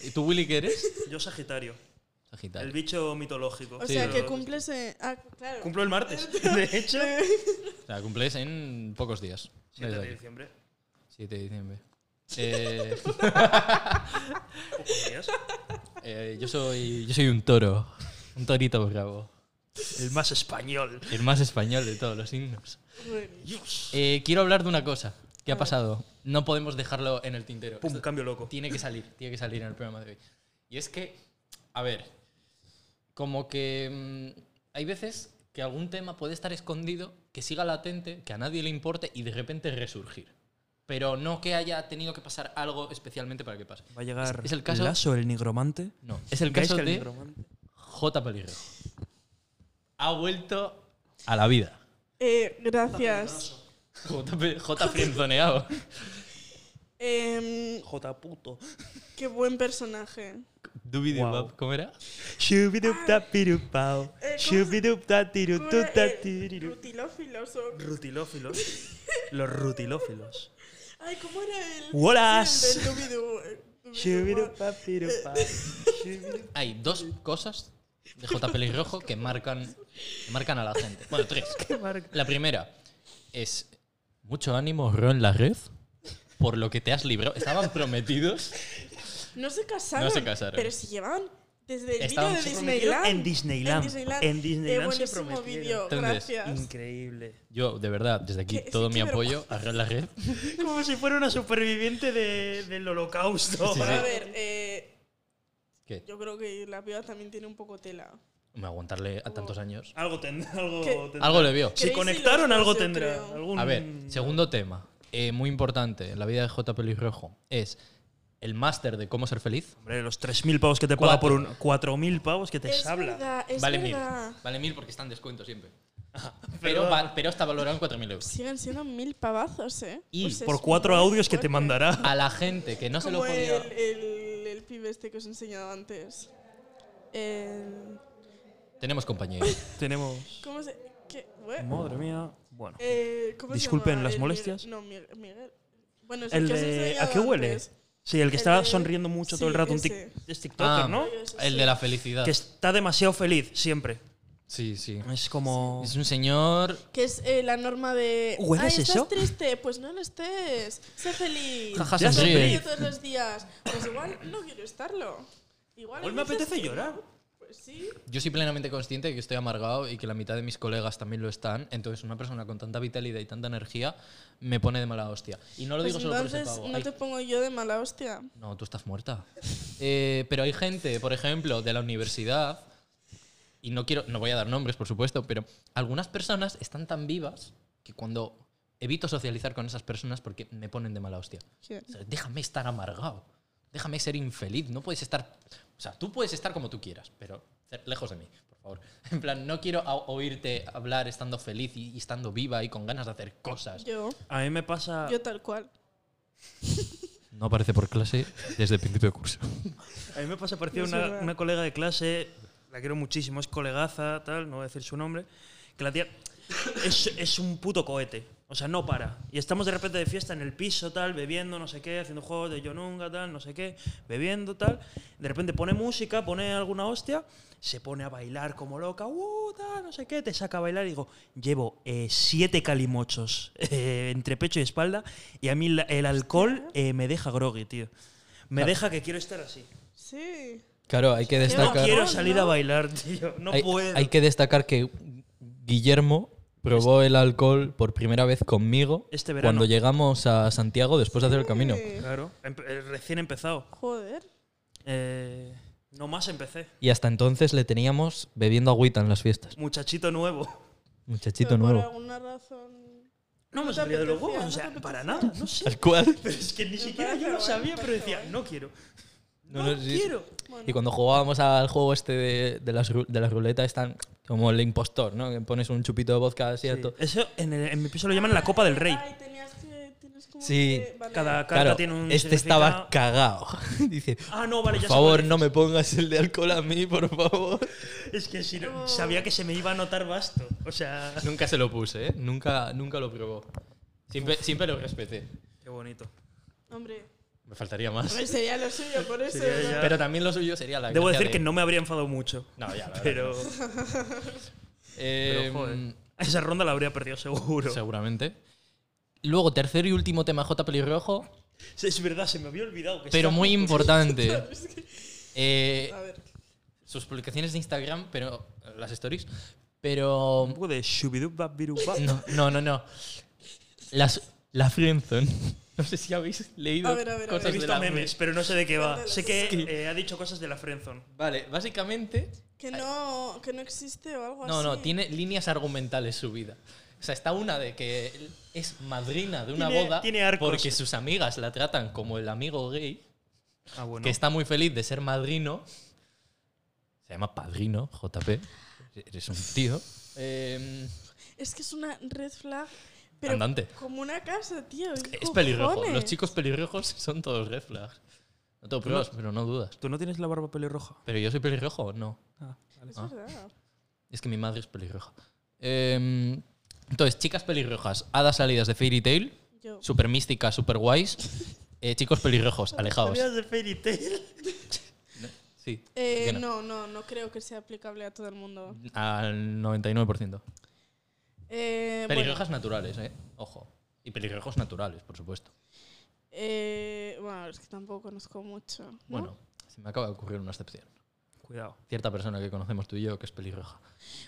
Speaker 3: ¿Y tú, Willy, qué eres?
Speaker 1: Yo, Sagitario, el
Speaker 3: Sagitario.
Speaker 1: bicho mitológico.
Speaker 2: O
Speaker 3: Sí,
Speaker 2: sea,
Speaker 3: lo-
Speaker 2: que cumples. eh, ah, claro.
Speaker 1: Cumplo el martes, de hecho.
Speaker 3: O sea, cumples en pocos días.
Speaker 1: 7 de
Speaker 3: Desde aquí.
Speaker 1: diciembre.
Speaker 3: 7 de diciembre. Eh,
Speaker 1: Pocos días.
Speaker 3: eh, yo, soy, yo soy un toro. Un torito bravo.
Speaker 1: El más español.
Speaker 3: El más español de todos los signos.
Speaker 2: Bueno.
Speaker 1: Dios.
Speaker 3: Eh, quiero hablar de una cosa que ha pasado. No podemos dejarlo en el tintero.
Speaker 1: Pum,
Speaker 3: Esto
Speaker 1: cambio loco.
Speaker 3: tiene que salir, tiene que salir en el programa de hoy. Y es que, a ver, como que mm, hay veces que algún tema puede estar escondido, que siga latente, que a nadie le importe y de repente resurgir. Pero no que haya tenido que pasar algo especialmente para que pase.
Speaker 1: Va a llegar
Speaker 3: Es- es el caso-
Speaker 1: Lasso, el nigromante.
Speaker 3: No, es el
Speaker 1: ¿Veis
Speaker 3: caso
Speaker 1: que el
Speaker 3: de
Speaker 1: nigromante?
Speaker 3: J. Pelirrojo. Ha vuelto a la vida.
Speaker 2: Eh, gracias.
Speaker 3: J. Pe- J. Friendzoneado.
Speaker 2: Em,
Speaker 1: J puto.
Speaker 2: qué buen personaje.
Speaker 3: Dubidibab,
Speaker 1: Guau.
Speaker 3: ¿Cómo era?
Speaker 1: Shubiduptapirupao.
Speaker 2: Eh, ¿cómo se- ¿Cómo era? Eh,
Speaker 1: Shubiduptatirututatiruru.
Speaker 2: rutilófilos o-
Speaker 1: Rutilófilos. Los rutilófilos.
Speaker 2: Ay, ¿cómo era el.
Speaker 1: ¡Hola!
Speaker 2: el del Dubidú, eh, Dubidú, guau.
Speaker 1: Shubidupapirupao. Shubidup-
Speaker 3: Hay dos cosas de J. Pelirrojo que marcan, que marcan a la gente. Bueno, tres.
Speaker 1: Qué marca.
Speaker 3: La primera es mucho ánimo, Ron la red, por lo que te has librado. Estaban prometidos.
Speaker 2: No se casaron.
Speaker 3: No se casaron.
Speaker 2: Pero si llevaban desde el vídeo
Speaker 3: Estaban
Speaker 2: de
Speaker 3: se
Speaker 2: Disneyland.
Speaker 1: En Disneyland. En Disneyland
Speaker 2: Qué
Speaker 1: se
Speaker 2: buenísimo
Speaker 1: prometieron.
Speaker 2: vídeo.
Speaker 3: Entonces,
Speaker 2: Gracias.
Speaker 1: Increíble.
Speaker 3: Yo, de verdad, desde aquí
Speaker 2: Que-
Speaker 3: todo
Speaker 2: sí,
Speaker 3: mi
Speaker 2: qué
Speaker 3: apoyo a Ron la red.
Speaker 1: Como si fuera una superviviente de- del holocausto.
Speaker 3: Sí, sí.
Speaker 2: Pero a ver, eh,
Speaker 3: Que
Speaker 2: yo creo que la piba también tiene un poco tela.
Speaker 3: me aguantarle a
Speaker 2: Oh.
Speaker 3: tantos años.
Speaker 1: Algo tendrá. Algo,
Speaker 2: ¿Qué?
Speaker 1: tendrá.
Speaker 3: Algo le vio.
Speaker 1: Si
Speaker 2: Crazy
Speaker 1: conectaron,
Speaker 2: los
Speaker 1: algo
Speaker 2: dos, yo
Speaker 1: tendrá.
Speaker 2: creo.
Speaker 1: Algún-
Speaker 3: A ver, segundo tema, eh, muy importante en la vida de J. Pelirrojo, es el máster de cómo ser feliz.
Speaker 1: Hombre, los 3.000 pavos que te paga por un.
Speaker 3: Cuatro.
Speaker 1: 4.000 pavos que te
Speaker 2: es
Speaker 1: habla.
Speaker 2: verdad, es
Speaker 3: vale
Speaker 2: verdad.
Speaker 3: mil. Vale mil porque está en descuento siempre. Pero,
Speaker 1: Perdón.
Speaker 3: va- pero está valorado en 4.000 euros.
Speaker 2: Siguen siendo mil pavazos, ¿eh?
Speaker 3: Y
Speaker 2: es
Speaker 1: Por cuatro
Speaker 2: muy
Speaker 1: audios que te
Speaker 2: fuerte.
Speaker 1: mandará.
Speaker 3: A la gente que no se lo
Speaker 2: Como
Speaker 3: podía...
Speaker 2: el, el, el pibe este que os he enseñado antes. El-
Speaker 3: Tenemos compañía.
Speaker 1: Tenemos.
Speaker 2: ¿Cómo se.? ¿Qué? What?
Speaker 1: Madre mía. Bueno.
Speaker 2: Eh, ¿cómo se
Speaker 1: Disculpen
Speaker 2: llama?
Speaker 1: las
Speaker 2: El
Speaker 1: molestias.
Speaker 2: Miguel- No, Miguel. Miguel. Bueno, es
Speaker 1: El
Speaker 2: que has
Speaker 1: de.
Speaker 2: enseñado
Speaker 1: ¿A qué huele?
Speaker 2: antes.
Speaker 1: Sí, el que
Speaker 2: pues. El
Speaker 1: está
Speaker 2: de-
Speaker 1: sonriendo mucho todo el
Speaker 2: sí,
Speaker 1: rato. Un
Speaker 2: ese.
Speaker 1: tic- es TikToker,
Speaker 3: Ah.
Speaker 1: ¿no?
Speaker 3: El de la felicidad.
Speaker 1: Que está demasiado feliz siempre.
Speaker 3: Sí, sí.
Speaker 1: Es como.
Speaker 3: Es un señor.
Speaker 2: Que es eh, la norma de.
Speaker 1: ¿Oh, ¿Hueles
Speaker 2: "Ay, ¿Estás
Speaker 1: eso?
Speaker 2: triste? Pues no lo estés. Sé feliz.
Speaker 3: Jaja,
Speaker 1: sonríe.
Speaker 2: sonríe todos los días. Pues igual no quiero estarlo. Igual
Speaker 1: Hoy me
Speaker 2: hay veces
Speaker 1: apetece
Speaker 2: que
Speaker 1: llorar.
Speaker 2: no. Pues sí.
Speaker 3: Yo soy plenamente consciente de que estoy amargado y que la mitad de mis colegas también lo están. Entonces, una persona con tanta vitalidad y tanta energía me pone de mala hostia. Y no lo
Speaker 2: Pues
Speaker 3: digo solo por ese
Speaker 2: entonces
Speaker 3: pavo.
Speaker 2: no
Speaker 3: Hay-
Speaker 2: te pongo yo de mala hostia.
Speaker 3: No, tú estás muerta. Eh, pero hay gente, por ejemplo, de la universidad, y no quiero, no voy a dar nombres, por supuesto, pero algunas personas están tan vivas que cuando evito socializar con esas personas porque me ponen de mala hostia.
Speaker 2: ¿Quién?
Speaker 3: O sea, déjame estar amargado, déjame ser infeliz, no puedes estar, o sea, tú puedes estar como tú quieras, pero cer- lejos de mí, por favor. En plan, no quiero a- oírte hablar estando feliz y, y estando viva y con ganas de hacer cosas.
Speaker 2: Yo,
Speaker 1: A mí me
Speaker 3: Ah.
Speaker 1: pasa.
Speaker 2: yo tal cual.
Speaker 3: No aparece por clase desde el principio de curso.
Speaker 1: A mí me pasa parecido
Speaker 2: Es
Speaker 1: una,
Speaker 2: verdad.
Speaker 1: una colega de clase, la quiero muchísimo, es colegaza, tal, no voy a decir su nombre, que la tía es, es un puto cohete. O sea, no para. Y estamos de repente de fiesta en el piso, tal, bebiendo, no sé qué, haciendo juegos de yo nunca, tal, no sé qué, bebiendo, tal. De repente pone música, pone alguna hostia, se pone a bailar como loca, uh, tal, no sé qué, te saca a bailar y digo, llevo eh, siete calimochos eh, entre pecho y espalda y a mí la- el alcohol eh, me deja groggy, tío. Me
Speaker 3: Claro.
Speaker 1: deja que quiero estar así.
Speaker 2: Sí.
Speaker 3: Claro, hay que
Speaker 1: No
Speaker 2: destacar-
Speaker 1: quiero
Speaker 2: No,
Speaker 1: salir
Speaker 2: no.
Speaker 1: a bailar, tío. No
Speaker 3: hay,
Speaker 1: puedo.
Speaker 3: hay que destacar que Guillermo probó el alcohol por primera vez conmigo
Speaker 1: Este verano.
Speaker 3: cuando llegamos a Santiago después de hacer el camino.
Speaker 2: Eh,
Speaker 1: Claro. Em- eh, recién empezado.
Speaker 2: Joder.
Speaker 1: Eh, no más empecé.
Speaker 3: Y hasta entonces le teníamos bebiendo agüita en las fiestas.
Speaker 1: Muchachito nuevo.
Speaker 3: Muchachito
Speaker 2: Pero por
Speaker 3: nuevo.
Speaker 2: alguna razón.
Speaker 1: No me
Speaker 2: te
Speaker 1: salía de los
Speaker 2: apetecía,
Speaker 1: huevos,
Speaker 2: no
Speaker 1: o
Speaker 2: te
Speaker 1: sea,
Speaker 2: apetecía.
Speaker 1: para nada, no sé.
Speaker 3: Tal cual.
Speaker 1: Pero es que ni siquiera
Speaker 2: parece
Speaker 1: yo lo
Speaker 2: guay,
Speaker 1: sabía,
Speaker 2: me
Speaker 1: pero
Speaker 2: parece
Speaker 1: decía,
Speaker 2: guay.
Speaker 1: no quiero.
Speaker 3: No,
Speaker 1: No,
Speaker 3: no, sí, sí.
Speaker 1: quiero.
Speaker 2: Bueno,
Speaker 3: Y cuando jugábamos al juego este de, de las, ru- de las ruletas están como el impostor, ¿no? Que pones un chupito de vodka así a
Speaker 1: Sí.
Speaker 3: to-
Speaker 1: Eso en, el- en mi piso lo llaman la Copa del Rey.
Speaker 2: Ay, tenías que. tienes como
Speaker 3: Sí.
Speaker 2: que- vale.
Speaker 1: Cada carta
Speaker 3: Claro,
Speaker 1: tiene un.
Speaker 3: este estaba
Speaker 1: significado.
Speaker 3: cagado. Dice,
Speaker 1: Ah, no, vale,
Speaker 3: por
Speaker 1: ya sé
Speaker 3: favor,
Speaker 1: cuál
Speaker 3: no me pongas el de alcohol a mí, por favor.
Speaker 1: es. Es que si no- sabía que se me iba a notar basto. O sea.
Speaker 3: Nunca se lo puse, ¿eh? Nunca, nunca lo probó. Siempre, siempre lo respeté.
Speaker 1: Qué bonito.
Speaker 2: Hombre,
Speaker 3: Me faltaría más.
Speaker 2: hombre, sería lo suyo, por eso.
Speaker 1: Sería ya-
Speaker 3: Pero también lo suyo sería la
Speaker 1: Debo
Speaker 3: gracia
Speaker 1: decir que
Speaker 3: de-
Speaker 1: no me habría enfadado mucho.
Speaker 3: No, ya, la verdad.
Speaker 1: Pero.
Speaker 3: Eh,
Speaker 1: Pero, joder, Esa ronda la habría perdido Em, seguro.
Speaker 3: Seguramente. Luego, tercer y último tema, J. Pelirrojo,
Speaker 1: Es verdad, se me había olvidado que
Speaker 3: pero
Speaker 1: está-
Speaker 3: muy importante.
Speaker 2: Es que-
Speaker 3: Eh,
Speaker 2: A ver.
Speaker 3: sus publicaciones de Instagram, pero. Las stories. Pero.
Speaker 1: Un poco de shubidubabirubab.
Speaker 3: No, no, no, no. Las, la Friendzone. No sé si habéis leído
Speaker 2: A ver, a ver, a ver.
Speaker 3: cosas
Speaker 1: He
Speaker 3: de
Speaker 1: visto
Speaker 3: la
Speaker 1: memes, pero no sé de qué va.
Speaker 2: Cuéntanos.
Speaker 1: Sé que
Speaker 3: Es que-
Speaker 1: eh, ha dicho cosas de la Frenzone.
Speaker 3: Vale, básicamente
Speaker 2: Que no, que no existe o algo
Speaker 3: No,
Speaker 2: así.
Speaker 3: no, tiene líneas argumentales su vida. O sea, está una de que él es madrina de una
Speaker 1: Tiene-
Speaker 3: boda
Speaker 1: tiene arcos.
Speaker 3: porque sus amigas la tratan como el amigo gay,
Speaker 1: Ah, bueno.
Speaker 3: que está muy feliz de ser madrino. Se llama padrino, JP. Eres un tío. Eh,
Speaker 2: Es que es una red flag. Pero
Speaker 3: Andante.
Speaker 2: Como una casa, tío. ¿qué
Speaker 3: es pelirrojo.
Speaker 2: cojones?
Speaker 3: Los chicos pelirrojos son todos red flags. No tengo pruebas, pero no dudas.
Speaker 1: ¿Tú no tienes la barba pelirroja?
Speaker 3: ¿Pero yo soy pelirrojo? No.
Speaker 1: Ah, vale.
Speaker 2: Es
Speaker 3: Ah.
Speaker 2: verdad.
Speaker 3: Es que mi madre es pelirroja. Eh, entonces, chicas pelirrojas, hadas salidas de Fairy Tail.
Speaker 2: Yo.
Speaker 3: super mística, super guays. Eh, chicos pelirrojos, alejaos.
Speaker 1: ¿Sabías de Fairy Tail?
Speaker 3: Sí.
Speaker 2: Eh,
Speaker 3: Llena.
Speaker 2: no, no, no creo que sea aplicable a todo el mundo.
Speaker 3: Al 99%.
Speaker 2: Eh, bueno,
Speaker 3: Pelirrojas naturales, eh. Ojo. Y pelirrojos naturales, por supuesto.
Speaker 2: eh, bueno, es que tampoco conozco mucho. ¿no?
Speaker 3: Bueno, se me acaba de ocurrir una excepción.
Speaker 1: Cuidado.
Speaker 3: Cierta persona que conocemos tú y yo que es pelirroja.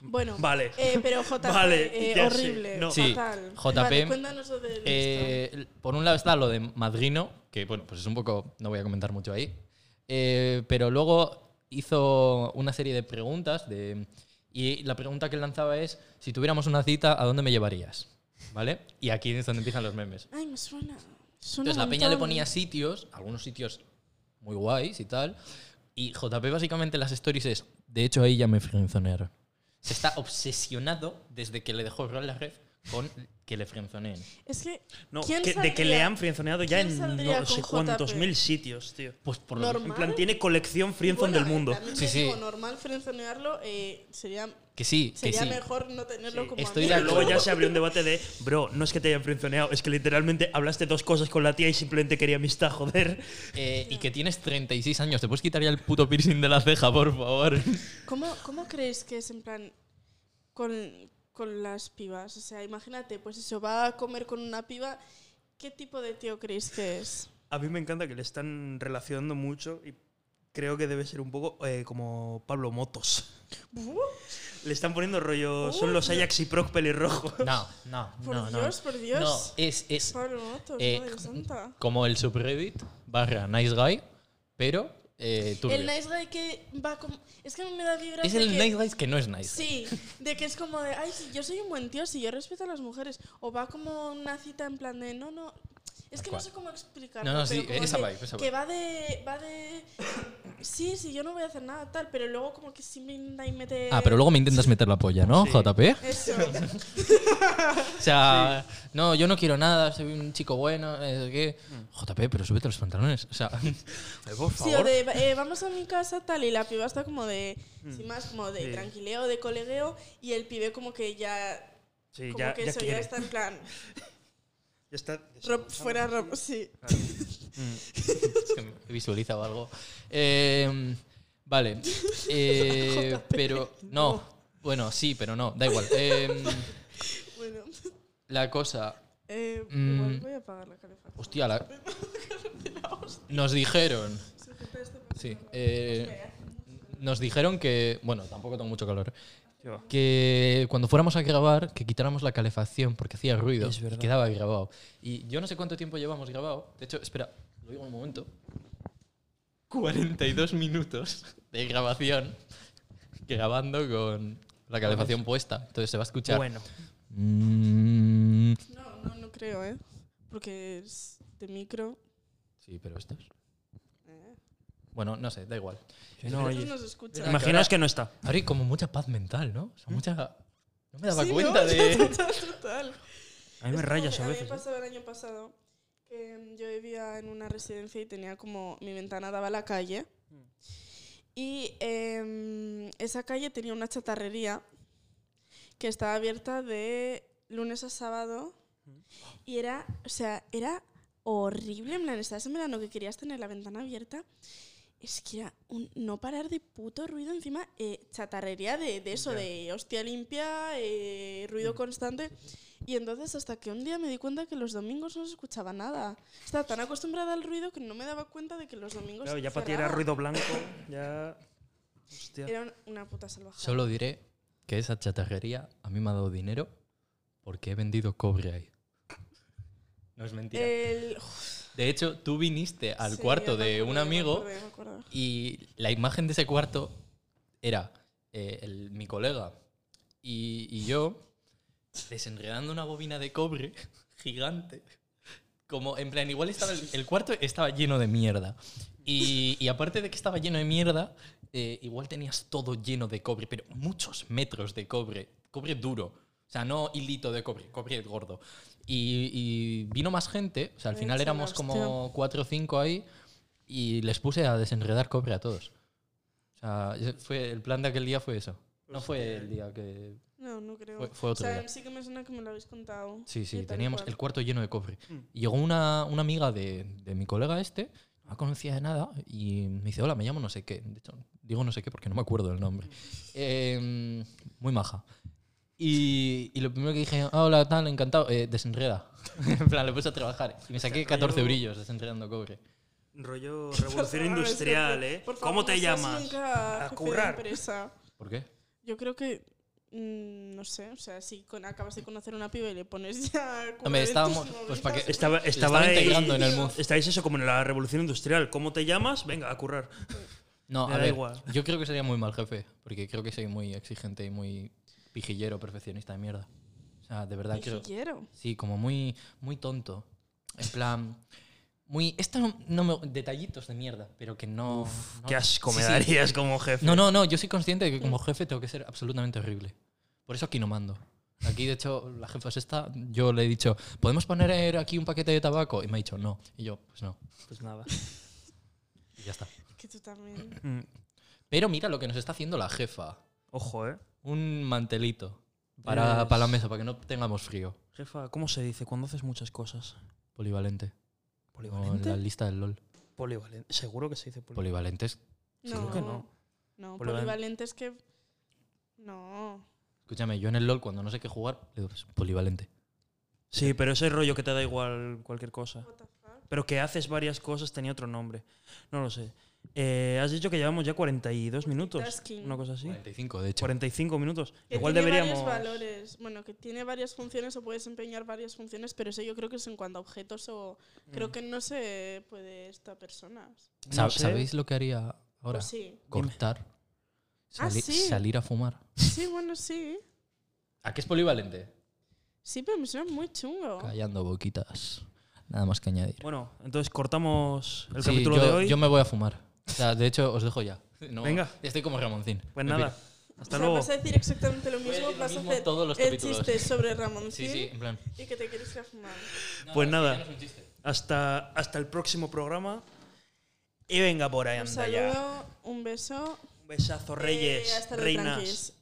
Speaker 2: Bueno,
Speaker 1: Vale.
Speaker 2: eh, pero JP,
Speaker 1: Vale,
Speaker 2: eh,
Speaker 1: ya sé,
Speaker 2: horrible,
Speaker 1: no.
Speaker 3: Sí,
Speaker 2: fatal.
Speaker 3: JP,
Speaker 2: Vale, cuéntanos lo del
Speaker 3: Eh, por un lado está lo de Madrino, que bueno, pues es un poco, no voy a comentar mucho ahí, Eh, pero luego hizo una serie de preguntas de, y la pregunta que lanzaba es, si tuviéramos una cita, ¿a dónde me llevarías? ¿Vale? Y aquí es donde empiezan los memes.
Speaker 2: Ay, me suena. suena
Speaker 3: Entonces
Speaker 2: un
Speaker 3: la peña le
Speaker 2: montón.
Speaker 3: ponía sitios, algunos sitios muy guays y tal, y JP básicamente las stories es, de hecho ahí ya me friendzonearon. Se está obsesionado desde que le dejó rol la red con que le friendzoneen.
Speaker 2: Es que
Speaker 1: No,
Speaker 2: ¿Quién
Speaker 1: que- de que
Speaker 2: saldría-
Speaker 1: le han frienzoneado ya
Speaker 2: quién
Speaker 1: en
Speaker 2: saldría
Speaker 1: no sé
Speaker 2: con JP?
Speaker 1: cuántos mil sitios, tío.
Speaker 3: Pues por lo
Speaker 2: Normal.
Speaker 1: En plan, tiene colección friendzone
Speaker 2: bueno,
Speaker 1: del mundo.
Speaker 2: eh, también
Speaker 3: Sí,
Speaker 2: te
Speaker 3: sí.
Speaker 2: digo, normal frenzonearlo eh, sería,
Speaker 3: Que sí, que
Speaker 2: sería
Speaker 3: sí.
Speaker 2: mejor no tenerlo
Speaker 1: Sí,
Speaker 2: como
Speaker 3: estoy de
Speaker 1: Pero
Speaker 2: amigo.
Speaker 1: luego ya se abrió un debate de, bro, no es que te hayan frienzoneado, es que literalmente hablaste dos cosas con la tía y simplemente quería amistad, joder.
Speaker 3: Eh, y que tienes 36 años. ¿Te puedes quitar ya el puto piercing de la ceja, por favor?
Speaker 2: ¿Cómo, ¿Cómo creéis que es en plan con, con las pibas? O sea, imagínate, pues eso, va a comer con una piba. ¿Qué tipo de tío creéis que es?
Speaker 1: A mí me encanta que le están relacionando mucho y creo que debe ser un poco eh, como Pablo Motos.
Speaker 2: Buh,
Speaker 1: Le están poniendo rollo. son
Speaker 2: Uy,
Speaker 1: los
Speaker 2: no.
Speaker 1: Ajax y Proc pelirrojos.
Speaker 3: No, no,
Speaker 2: Por
Speaker 3: no, no.
Speaker 2: Dios, por Dios.
Speaker 3: No, es, es
Speaker 2: Pablo Motos,
Speaker 3: Eh,
Speaker 2: madre santa.
Speaker 3: como el subreddit barra nice guy, pero eh, turbio.
Speaker 2: El nice guy que va como. Es que a mí me da vibra.
Speaker 3: es el
Speaker 2: que,
Speaker 3: nice guy que no es nice.
Speaker 2: Sí, de que es como de. Ay, sí, yo soy un buen tío, si yo respeto a las mujeres. O va como a una cita en plan de. No, no. Es que
Speaker 3: ¿Cuál?
Speaker 2: no sé cómo explicarlo.
Speaker 3: No, no, sí,
Speaker 2: pero como
Speaker 3: esa
Speaker 2: que,
Speaker 3: vibe, esa
Speaker 2: que
Speaker 3: vibe.
Speaker 2: va de. Va de. Sí, sí, yo no voy a hacer nada tal, pero luego como que sí me y mete.
Speaker 3: Ah, pero luego me intentas meter la polla, ¿no,
Speaker 1: Sí.
Speaker 3: JP?
Speaker 2: Eso.
Speaker 3: O sea, no, yo no quiero nada, soy un chico bueno, eh, ¿qué? JP, pero súbete los pantalones. O sea,
Speaker 1: Eh, por
Speaker 2: Sí, o
Speaker 1: favor.
Speaker 2: de, eh, vamos a mi casa tal y la piba está como de, sin más, como de
Speaker 1: Mm. Sí.
Speaker 2: tranquileo, de colegueo y el pibe como que ya,
Speaker 1: Sí,
Speaker 2: como
Speaker 1: ya,
Speaker 2: que
Speaker 1: ya
Speaker 2: eso ya
Speaker 1: quiere.
Speaker 2: está en plan,
Speaker 1: Ya está.
Speaker 2: Rob, fuera Rob, sí.
Speaker 3: es que me he visualizado algo. Eh, vale, eh, pero no, bueno, sí, pero no, da igual. Eh,
Speaker 2: Bueno,
Speaker 3: la cosa,
Speaker 2: eh,
Speaker 3: Mm.
Speaker 2: igual voy a apagar la calefacción.
Speaker 3: hostia, la- nos dijeron,
Speaker 2: Sujeta este pa-
Speaker 3: sí, eh, nos dijeron que, bueno, tampoco tengo mucho calor,
Speaker 1: ¿Qué va?
Speaker 3: que cuando fuéramos a grabar, que quitáramos la calefacción porque hacía ruido
Speaker 1: Es
Speaker 3: y
Speaker 1: verdad.
Speaker 3: quedaba grabado. Y yo no sé cuánto tiempo llevamos grabado. De hecho, espera, lo digo un momento. 42 minutos de grabación grabando con la calefacción puesta. Entonces se va a escuchar.
Speaker 1: Bueno.
Speaker 3: Mm,
Speaker 2: No, no, no creo, ¿eh? Porque es de micro.
Speaker 3: sí, pero estos.
Speaker 2: Eh.
Speaker 3: Bueno, no sé, da igual.
Speaker 1: No,
Speaker 2: Nosotros
Speaker 1: oye,
Speaker 2: nos escuchan.
Speaker 1: Imaginaos que no está.
Speaker 3: Ahora hay como mucha paz mental, ¿no?
Speaker 1: ¿Mm?
Speaker 3: O sea, mucha. No me daba
Speaker 2: Sí,
Speaker 3: cuenta
Speaker 2: ¿no?
Speaker 3: de.
Speaker 2: Total, total.
Speaker 1: A mí me
Speaker 2: Es como
Speaker 1: rayas
Speaker 2: que
Speaker 1: a
Speaker 2: mí
Speaker 1: veces. ¿eh?
Speaker 2: me pasaba el año pasado que mm, yo vivía en una residencia y tenía como mi ventana daba a la calle.
Speaker 1: Mm.
Speaker 2: Y em, esa calle tenía una chatarrería que estaba abierta de lunes a sábado.
Speaker 1: Mm.
Speaker 2: Y era, o sea, era horrible. En plan, estabas en verano que querías tener la ventana abierta. Es que era un no parar de puto ruido encima, eh, chatarrería de, de eso,
Speaker 1: Ya. Mm.
Speaker 2: de hostia limpia, eh, ruido constante. Y entonces hasta que un día me di cuenta que los domingos no se escuchaba nada. Estaba tan acostumbrada al ruido que no me daba cuenta de que los domingos...
Speaker 1: Claro, ya para ti era
Speaker 2: cerraba.
Speaker 1: ruido blanco. Ya. Hostia.
Speaker 2: Era un- una puta salvaje.
Speaker 3: Solo diré que esa chatarrería a mí me ha dado dinero porque he vendido cobre ahí. No es mentira.
Speaker 2: El...
Speaker 3: de hecho, tú viniste al
Speaker 2: Eh, Sí,
Speaker 3: cuarto
Speaker 2: me
Speaker 3: de
Speaker 2: acuerdo,
Speaker 3: un
Speaker 2: me
Speaker 3: amigo
Speaker 2: acuerdo, me acuerdo.
Speaker 3: y la imagen de ese cuarto era eh, el- mi colega y, y yo desenredando una bobina de cobre gigante. Como, en plan, igual estaba el, el cuarto estaba lleno de mierda. Y, y aparte de que estaba lleno de mierda, eh, igual tenías todo lleno de cobre, pero muchos metros de cobre, cobre duro. O sea, no hilito de cobre, cobre gordo. Y, y vino más gente, o sea, al
Speaker 2: Me
Speaker 3: final
Speaker 2: echa la
Speaker 3: éramos como cuatro o cinco ahí, y les puse a desenredar cobre a todos. O sea, ese fue, el plan de aquel día fue eso. No fue el día que.
Speaker 2: No, no creo.
Speaker 3: Fue- fue otro
Speaker 2: o sea,
Speaker 3: día.
Speaker 2: sí que me suena que me lo habéis contado.
Speaker 3: Sí,
Speaker 2: Y
Speaker 3: sí,
Speaker 2: tal
Speaker 3: teníamos
Speaker 2: cual.
Speaker 3: el cuarto lleno de cobre.
Speaker 1: Mm.
Speaker 3: Y llegó una, una amiga de, de mi colega este, no la conocía de nada, y me dice: Hola, me llamo no sé qué. De hecho, digo no sé qué porque no me acuerdo el nombre. Eh, muy maja. Y, y lo primero que dije, "Ah, hola, tal, encantado, eh, desenreda. en plan, le puse a trabajar. Y me saqué
Speaker 1: rollo-
Speaker 3: 14 brillos desenredando cobre.
Speaker 1: Rollo
Speaker 2: Por
Speaker 1: revolución
Speaker 2: favor,
Speaker 1: industrial,
Speaker 2: siempre.
Speaker 1: ¿eh?
Speaker 2: Por favor,
Speaker 1: ¿Cómo
Speaker 2: no
Speaker 1: te
Speaker 2: seas
Speaker 1: llamas?
Speaker 2: nunca
Speaker 1: A
Speaker 2: jefe de
Speaker 1: currar.
Speaker 2: empresa.
Speaker 3: ¿Por qué?
Speaker 2: Yo creo que. mm, No sé, o sea, si con, acabas de conocer a una piba y le pones ya. a currar en tus
Speaker 3: estábamos- pues, para que-
Speaker 2: movidas,
Speaker 1: Estaba, estaba
Speaker 3: estaba
Speaker 1: ahí-
Speaker 3: integrando en el mood.
Speaker 1: Estáis eso como en la revolución industrial. ¿Cómo te llamas? Venga, a currar.
Speaker 3: No,
Speaker 1: Me
Speaker 3: a
Speaker 1: da
Speaker 3: ver,
Speaker 1: igual.
Speaker 3: yo creo que sería muy mal jefe, porque creo que soy muy exigente y muy pijillero, perfeccionista de mierda. O sea, de verdad creo.
Speaker 2: Quiero.
Speaker 3: Sí, como muy, muy tonto. En plan, muy. Esto no, no me- detallitos de mierda, pero que no. no
Speaker 1: Qué asco me
Speaker 3: Sí, sí.
Speaker 1: darías como jefe.
Speaker 3: No, no, no, yo soy consciente de que como jefe tengo que ser absolutamente horrible. Por eso aquí no mando. Aquí, de hecho, la jefa es esta. Yo le he dicho, ¿podemos poner aquí un paquete de tabaco? Y me ha dicho, no. Y yo, pues no.
Speaker 1: Pues nada.
Speaker 3: Y ya está.
Speaker 2: Que tú también.
Speaker 1: Mm,
Speaker 3: Pero mira lo que nos está haciendo la jefa.
Speaker 1: Ojo, ¿eh?
Speaker 3: Un mantelito para,
Speaker 1: Es-
Speaker 3: para la mesa, para que no tengamos frío.
Speaker 1: Jefa, ¿cómo se dice cuando haces muchas cosas?
Speaker 3: Polivalente. Como
Speaker 1: ¿Polivalente?
Speaker 3: en la lista del LOL.
Speaker 1: Polivalente. Seguro que se dice polivalente.
Speaker 3: Polivalente es...
Speaker 2: No,
Speaker 1: Seguro que no.
Speaker 2: no,
Speaker 1: Polivalente.
Speaker 2: polivalente es que. No.
Speaker 3: Escúchame, yo en el LOL cuando no sé qué jugar, le digo, "Es pues, polivalente.
Speaker 1: Sí, pero ese rollo que te da igual cualquier cosa.
Speaker 2: What the fuck.
Speaker 1: pero que haces varias cosas tenía otro nombre. No lo sé. Eh, has dicho que llevamos ya 42 minutos.
Speaker 2: Multitasking.
Speaker 1: Una cosa así.
Speaker 3: 45, de hecho.
Speaker 1: 45 minutos.
Speaker 2: Que
Speaker 1: Igual
Speaker 2: tiene
Speaker 1: deberíamos.
Speaker 2: varios valores. Bueno, que tiene varias funciones o puede desempeñar varias funciones, pero eso yo creo que es en cuanto a objetos o.
Speaker 1: Mm.
Speaker 2: Creo que no se puede esta persona.
Speaker 1: no
Speaker 3: Sab-
Speaker 1: sé.
Speaker 3: ¿Sabéis lo que haría ahora?
Speaker 2: Pues sí.
Speaker 3: Cortar.
Speaker 2: Ah,
Speaker 3: Sali-
Speaker 2: sí.
Speaker 3: Salir a fumar.
Speaker 2: Sí, bueno, sí.
Speaker 3: ¿A qué es polivalente?
Speaker 2: Sí, pero me suena muy chungo.
Speaker 3: Callando boquitas. Nada más que añadir.
Speaker 1: Bueno, entonces cortamos el
Speaker 3: Sí,
Speaker 1: capítulo
Speaker 3: yo,
Speaker 1: de hoy.
Speaker 3: yo me voy a fumar. O sea, de hecho, os dejo ya. No,
Speaker 1: Venga.
Speaker 3: Estoy como Ramoncín.
Speaker 1: Pues
Speaker 3: En fin.
Speaker 1: nada.
Speaker 2: O sea,
Speaker 1: Hasta luego.
Speaker 2: vas a decir exactamente lo
Speaker 3: Voy
Speaker 2: mismo,
Speaker 3: a decir lo
Speaker 2: vas a
Speaker 3: mismo
Speaker 2: hacer
Speaker 3: todos los
Speaker 2: el
Speaker 3: capítulos.
Speaker 2: chiste sobre Ramón
Speaker 3: Sí, sí, en plan.
Speaker 2: y que te quieres ir a fumar.
Speaker 1: Pues nada.
Speaker 3: ya no es un chiste.
Speaker 1: Hasta, hasta el próximo programa. Y venga por ahí,
Speaker 2: Un
Speaker 1: anda ya.
Speaker 2: saludo, un beso.
Speaker 1: Un besazo,
Speaker 2: eh,
Speaker 1: reyes,
Speaker 2: hasta luego,
Speaker 1: reinas.
Speaker 2: tranquis.